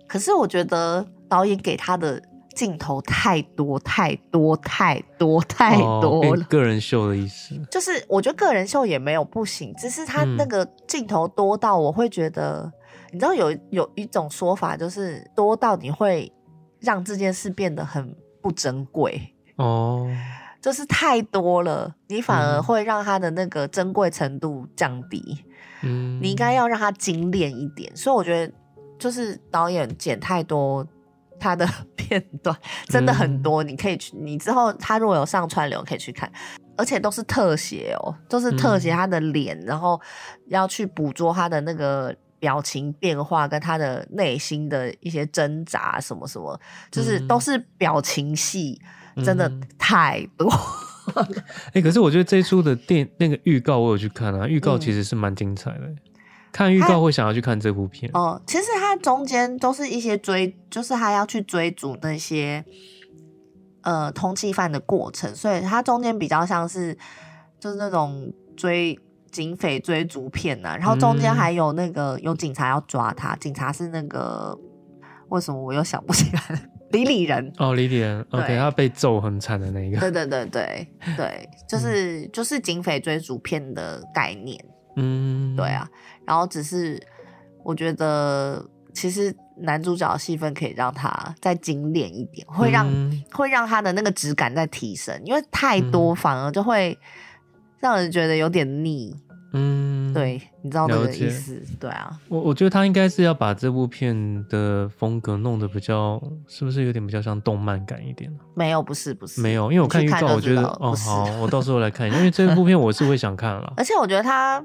[SPEAKER 3] 可是我觉得导演给他的镜头太多太多太多太
[SPEAKER 2] 哦
[SPEAKER 3] 多
[SPEAKER 2] 变
[SPEAKER 3] 了。
[SPEAKER 2] 个人秀的意思，
[SPEAKER 3] 就是我觉得个人秀也没有不行，只是他
[SPEAKER 2] 嗯
[SPEAKER 3] 那个镜头多到我会觉得，你知道有有一种说法就是多到你会让这件事变得很不珍贵，
[SPEAKER 2] 哦，
[SPEAKER 3] 就是太多了，你反而
[SPEAKER 2] 嗯
[SPEAKER 3] 会让他的那个珍贵程度降低。
[SPEAKER 2] 嗯，
[SPEAKER 3] 你应该要让他精炼一点。所以我觉得，就是导演剪太多他的 片段，真的很多。你可以
[SPEAKER 2] 嗯
[SPEAKER 3] 去，你之后他如果有上串流，可以去看。而且都是特写哦，都是特写
[SPEAKER 2] 嗯
[SPEAKER 3] 他的脸，然后要去捕捉他的那个表情变化跟他的内心的一些挣扎什么什么，就是
[SPEAKER 2] 嗯
[SPEAKER 3] 都是表情戏，真的
[SPEAKER 2] 嗯
[SPEAKER 3] 太多。
[SPEAKER 2] 哎、可是我觉得这一出的电那个预告我有去看啊，预告
[SPEAKER 3] 嗯
[SPEAKER 2] 其实是蛮精彩的欸、看预
[SPEAKER 3] 它
[SPEAKER 2] 告会想要去看这部片。
[SPEAKER 3] 哦，其实他中间都是一些追，就是他要去追逐那些呃通缉犯的过程，所以他中间比较像是就是那种追警匪追逐片呐、然后中间
[SPEAKER 2] 嗯
[SPEAKER 3] 还有那个、有警察要抓他，警察是那个为什么我又想不起来了， 李李仁。
[SPEAKER 2] 哦，李典，OK，
[SPEAKER 3] 对
[SPEAKER 2] 他被揍很惨的那一个，
[SPEAKER 3] 对对对对对，就是、就是警匪追逐片的概念。
[SPEAKER 2] 嗯，
[SPEAKER 3] 对啊，，然后只是我觉得，其实男主角的戏份可以让他再精炼一点，会让、
[SPEAKER 2] 嗯
[SPEAKER 3] 会让他的那个质感再提升，因为太多
[SPEAKER 2] 嗯
[SPEAKER 3] 反而就会让人觉得有点腻。
[SPEAKER 2] 嗯，
[SPEAKER 3] 对，你知道那
[SPEAKER 2] 了
[SPEAKER 3] 个意
[SPEAKER 2] 解
[SPEAKER 3] 思？对啊，
[SPEAKER 2] 我我觉得他应该是要把这部片的风格弄得比较，是不是有点比较像动漫感一点？啊
[SPEAKER 3] 没有，不是不是，
[SPEAKER 2] 没有，因为我
[SPEAKER 3] 你
[SPEAKER 2] 看
[SPEAKER 3] 去
[SPEAKER 2] 预告，
[SPEAKER 3] 就
[SPEAKER 2] 我觉
[SPEAKER 3] 知
[SPEAKER 2] 得
[SPEAKER 3] 道了
[SPEAKER 2] 哦
[SPEAKER 3] 不是。
[SPEAKER 2] 好，我到时候来看一下，因为这部片我是会想看了
[SPEAKER 3] 而且我觉得他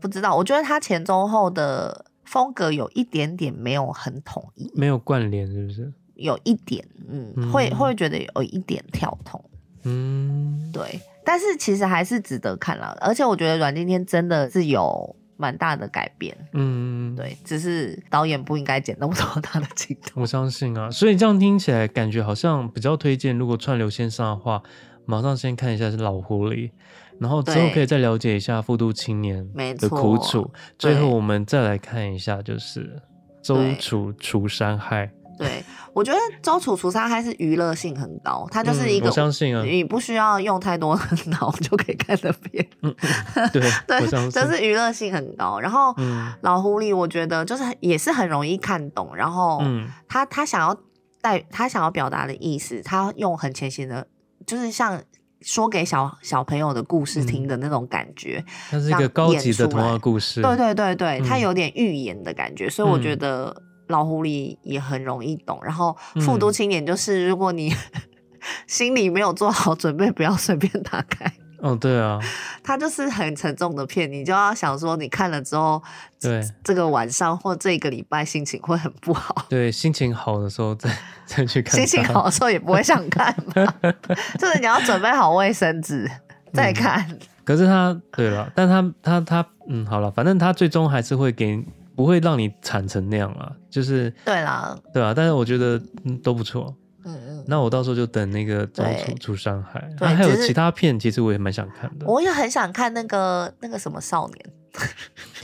[SPEAKER 3] 不知道，我觉得他前中后的风格有一点点没有很统一，
[SPEAKER 2] 没有关联是不是？
[SPEAKER 3] 有一点，嗯会
[SPEAKER 2] 嗯
[SPEAKER 3] 会觉得有一点跳通。
[SPEAKER 2] 嗯，
[SPEAKER 3] 对，但是其实还是值得看啦。而且我觉得阮经天真的是有蛮大的改变，
[SPEAKER 2] 嗯，
[SPEAKER 3] 对，只是导演不应该剪那么多他的镜头。
[SPEAKER 2] 我相信啊，所以这样听起来感觉好像比较推荐，如果串流线上的话，马上先看一下是老狐狸，然后之后
[SPEAKER 3] 对
[SPEAKER 2] 可以再了解一下复读青年
[SPEAKER 3] 没
[SPEAKER 2] 的苦
[SPEAKER 3] 错
[SPEAKER 2] 楚，最后
[SPEAKER 3] 对
[SPEAKER 2] 我们再来看一下就是周
[SPEAKER 3] 对
[SPEAKER 2] 楚除山害，
[SPEAKER 3] 对，我觉得周楚除三害是娱乐性很高，它就是一
[SPEAKER 2] 嗯
[SPEAKER 3] 个、
[SPEAKER 2] 我相信啊，
[SPEAKER 3] 你不需要用太多的 脑就可以看得遍，
[SPEAKER 2] 嗯，嗯对，我相 信
[SPEAKER 3] 对，就，是娱乐性很高。然后、
[SPEAKER 2] 嗯
[SPEAKER 3] 老狐狸，我觉得就是也是很容易看懂，然后
[SPEAKER 2] 嗯
[SPEAKER 3] 他他想要带他想要表达的意思，他用很浅显的，就是像说给小小朋友的故
[SPEAKER 2] 嗯
[SPEAKER 3] 事听的那种感觉。
[SPEAKER 2] 它是一个高级的童
[SPEAKER 3] 让演出
[SPEAKER 2] 话
[SPEAKER 3] 来
[SPEAKER 2] 故事，
[SPEAKER 3] 对对对对，
[SPEAKER 2] 嗯
[SPEAKER 3] 他有点预言的感觉，所以我觉得老狐狸也很容易懂。然后复读
[SPEAKER 2] 嗯
[SPEAKER 3] 青年就是，如果你 心里没有做好准备，不要随便打开。
[SPEAKER 2] 哦，对啊，
[SPEAKER 3] 它就是很沉重的片，你就要想说，你看了之后，
[SPEAKER 2] 对
[SPEAKER 3] 这个晚上或这个礼拜心情会很不好。
[SPEAKER 2] 对，心情好的时候再 再去看它，
[SPEAKER 3] 心情好的时候也不会想看吧， 就是你要准备好卫生纸再看。
[SPEAKER 2] 可是他，对了，但他他他，嗯，好了，反正他最终还是会给，不会让你惨成那样啊，就是
[SPEAKER 3] 对啦，
[SPEAKER 2] 对啊，但是我觉得、嗯、都不错。
[SPEAKER 3] 嗯嗯，
[SPEAKER 2] 那我到时候就等那个《周
[SPEAKER 3] 对
[SPEAKER 2] 楚楚伤害》，
[SPEAKER 3] 对
[SPEAKER 2] 啊还有
[SPEAKER 3] 只是
[SPEAKER 2] 其他片，其实我也蛮想看的。
[SPEAKER 3] 我也很想看那个那个什么少年，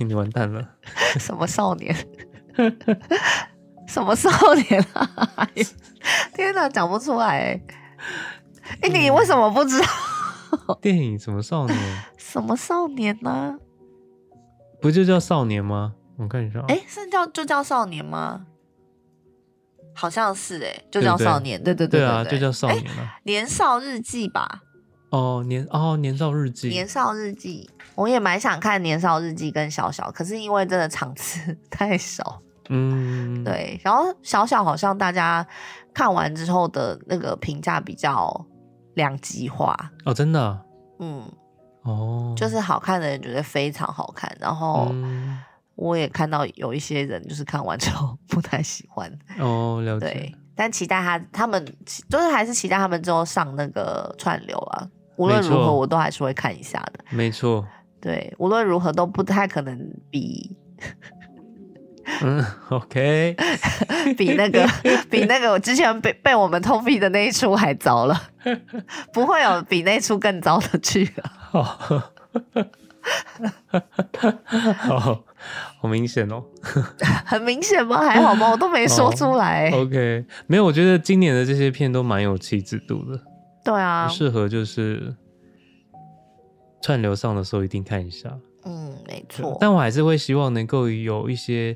[SPEAKER 2] 你完蛋了，
[SPEAKER 3] 什么少年，什么少年啊！ 天哪，讲不出来、欸。哎、你为什么不知道
[SPEAKER 2] 电影《什么少年》
[SPEAKER 3] 什么少年呢、
[SPEAKER 2] 不就叫少年吗？我看一下啊，
[SPEAKER 3] 哎、是叫就叫少年吗？好像是哎、就
[SPEAKER 2] 对
[SPEAKER 3] 叫
[SPEAKER 2] 对
[SPEAKER 3] 少年，对对
[SPEAKER 2] 对
[SPEAKER 3] 对
[SPEAKER 2] 啊，
[SPEAKER 3] 对哎
[SPEAKER 2] 就叫少年啊。
[SPEAKER 3] 年少日记吧。
[SPEAKER 2] 哦，年哦，年少日记，
[SPEAKER 3] 年少日记，我也蛮想看年少日记跟小小，可是因为真的场次 太少，
[SPEAKER 2] 嗯，，
[SPEAKER 3] 对。然后小小好像大家看完之后的那个评价比较两极化，
[SPEAKER 2] 哦，真的啊、
[SPEAKER 3] 嗯，
[SPEAKER 2] 哦，
[SPEAKER 3] 就是哦好看的人觉得非常好看，然后
[SPEAKER 2] 嗯，
[SPEAKER 3] 我也看到有一些人就是看完之后 不太喜欢，
[SPEAKER 2] 哦，了解
[SPEAKER 3] 对。。但期待他他们就是还是期待他们之后上那个串流啊，无论
[SPEAKER 2] 没
[SPEAKER 3] 如何
[SPEAKER 2] 错
[SPEAKER 3] 我都还是会看一下的。
[SPEAKER 2] 没错，
[SPEAKER 3] 对，无论如何都不太可能比
[SPEAKER 2] 嗯，OK，
[SPEAKER 3] 比 那个比那个我之前被被我们通批的那一出还 糟了，不会有比那出更糟的剧啊了。
[SPEAKER 2] 好，好，好明显哦。
[SPEAKER 3] 很明显吗？还好吗？我都没说出来、
[SPEAKER 2] OK，没有，我觉得今年的这些片都蛮有气质度的，
[SPEAKER 3] 对啊
[SPEAKER 2] 很，适合就是串流上的时候一定看一下。
[SPEAKER 3] 嗯，没错。
[SPEAKER 2] 但我还是会希望能够有一些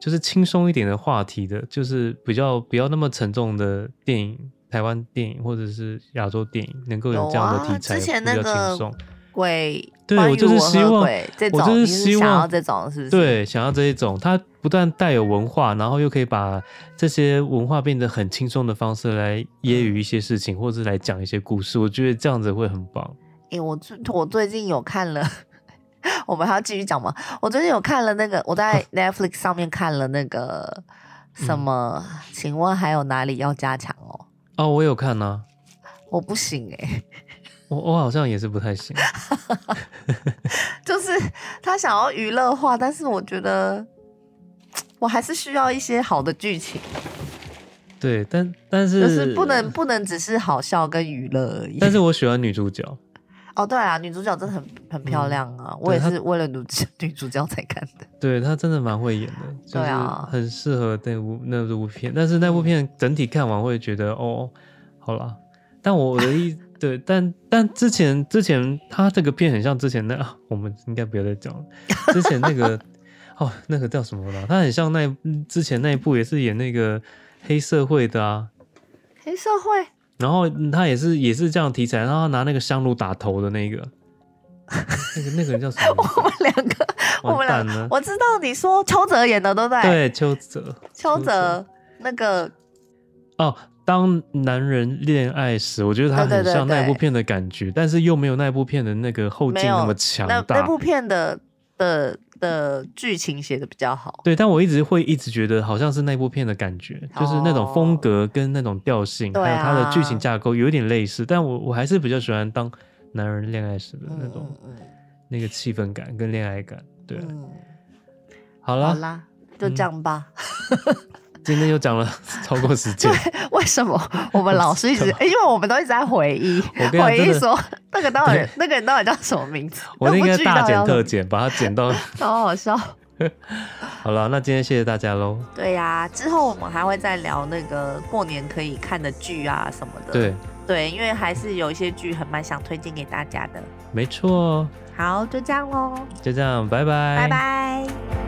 [SPEAKER 2] 就是轻松一点的话题的，就是比较不要那么沉重的电影。台湾电影或者是亚洲电影能够有这样的
[SPEAKER 3] 有啊
[SPEAKER 2] 题材，
[SPEAKER 3] 之前那
[SPEAKER 2] 比较
[SPEAKER 3] 个
[SPEAKER 2] 轻松。
[SPEAKER 3] 鬼，
[SPEAKER 2] 对
[SPEAKER 3] 关于
[SPEAKER 2] 我就是
[SPEAKER 3] 我
[SPEAKER 2] 希
[SPEAKER 3] 和
[SPEAKER 2] 望
[SPEAKER 3] 鬼这种，
[SPEAKER 2] 我就是
[SPEAKER 3] 你
[SPEAKER 2] 希
[SPEAKER 3] 想
[SPEAKER 2] 望
[SPEAKER 3] 要这种，是不是？，
[SPEAKER 2] 对，想要这一种，它不但带有文化，然后又可以把这些文化变得很轻松的方式来揶揄一些事情，或者来讲一些故事，我觉得这样子会很棒。
[SPEAKER 3] 诶、我最我最近有看了，我们还要继续讲吗？我最近有看了那个，我
[SPEAKER 2] 啊
[SPEAKER 3] 在 Netflix 上面看了那个
[SPEAKER 2] 嗯
[SPEAKER 3] 什么，请问还有哪里要加强哦？
[SPEAKER 2] 哦，我有看呢、
[SPEAKER 3] 我不行诶、
[SPEAKER 2] 我我好像也是不太行。
[SPEAKER 3] 就是他想要娱乐化，但是我觉得我还是需要一些好的剧情，
[SPEAKER 2] 对，但但是
[SPEAKER 3] 就是不能，不能只是好笑跟娱乐而已。
[SPEAKER 2] 但是我喜欢女主角，
[SPEAKER 3] 哦，对啊，女主角真的很很漂亮啊，我也
[SPEAKER 2] 嗯她
[SPEAKER 3] 是为了女主 女主角才看的。
[SPEAKER 2] 对她真的蛮会演的，就
[SPEAKER 3] 对
[SPEAKER 2] 是
[SPEAKER 3] 啊
[SPEAKER 2] 很适合那部那部片。但是那部片整体看完会觉得哦，好啦。但我的 意对，但但之前之前他这个片很像之前那、 啊、我们应该不要再讲了。之前那个 哦，那个叫什么啦？他很像那嗯之前那一部也是演那个黑社会的啊。
[SPEAKER 3] 黑社会
[SPEAKER 2] 然后嗯他也是也是这样题材，然后他拿那个香炉打头的那 个，那个那个人叫什么名字？
[SPEAKER 3] 我们两个，我们
[SPEAKER 2] 完
[SPEAKER 3] 两
[SPEAKER 2] 蛋
[SPEAKER 3] 个
[SPEAKER 2] 了，
[SPEAKER 3] 我知道你说邱泽演的，对不对？，
[SPEAKER 2] 对，邱泽
[SPEAKER 3] 邱
[SPEAKER 2] 邱
[SPEAKER 3] 泽
[SPEAKER 2] 泽
[SPEAKER 3] 那个
[SPEAKER 2] 哦。当男人恋爱时，我觉得他
[SPEAKER 3] 对对
[SPEAKER 2] 很
[SPEAKER 3] 对
[SPEAKER 2] 像那
[SPEAKER 3] 对
[SPEAKER 2] 部片的感觉，但是又没有那部片的那个后劲
[SPEAKER 3] 没有
[SPEAKER 2] 那么强
[SPEAKER 3] 那那
[SPEAKER 2] 大。
[SPEAKER 3] 部片的的的剧情写的比较好。
[SPEAKER 2] 对，但我一直会一直觉得好像是那部片的感觉，就是那种风
[SPEAKER 3] 哦
[SPEAKER 2] 格跟那种调性，
[SPEAKER 3] 对
[SPEAKER 2] 还有它的剧
[SPEAKER 3] 啊
[SPEAKER 2] 情架构有一点类似，但我我还是比较喜欢当男人恋爱时的那种、
[SPEAKER 3] 嗯
[SPEAKER 2] 那个气氛感跟恋爱感。对，
[SPEAKER 3] 嗯，
[SPEAKER 2] 好
[SPEAKER 3] 嗯好
[SPEAKER 2] 啦，
[SPEAKER 3] 啦，就这样吧。
[SPEAKER 2] 今天又讲了超过时 间，
[SPEAKER 3] 为什么我们老是 一直？因为我们都一直在回忆，
[SPEAKER 2] 我跟你讲
[SPEAKER 3] 回忆
[SPEAKER 2] 真的
[SPEAKER 3] 说那个到底
[SPEAKER 2] 对
[SPEAKER 3] 那个人到底叫什么名字？
[SPEAKER 2] 我
[SPEAKER 3] 那
[SPEAKER 2] 应
[SPEAKER 3] 部
[SPEAKER 2] 该
[SPEAKER 3] 剧
[SPEAKER 2] 大
[SPEAKER 3] 到底
[SPEAKER 2] 剪
[SPEAKER 3] 叫
[SPEAKER 2] 特
[SPEAKER 3] 什
[SPEAKER 2] 剪，把它剪到
[SPEAKER 3] 么，好好笑。
[SPEAKER 2] 好了，那今天谢谢大家喽。
[SPEAKER 3] 对呀、之后我们还会再聊那个过年可以看的剧啊什么的。
[SPEAKER 2] 对，
[SPEAKER 3] 对，因为还是有一些剧很蛮想推荐给大家的。
[SPEAKER 2] 没错，
[SPEAKER 3] 好，就这样喽，
[SPEAKER 2] 就这样，拜拜，
[SPEAKER 3] 拜拜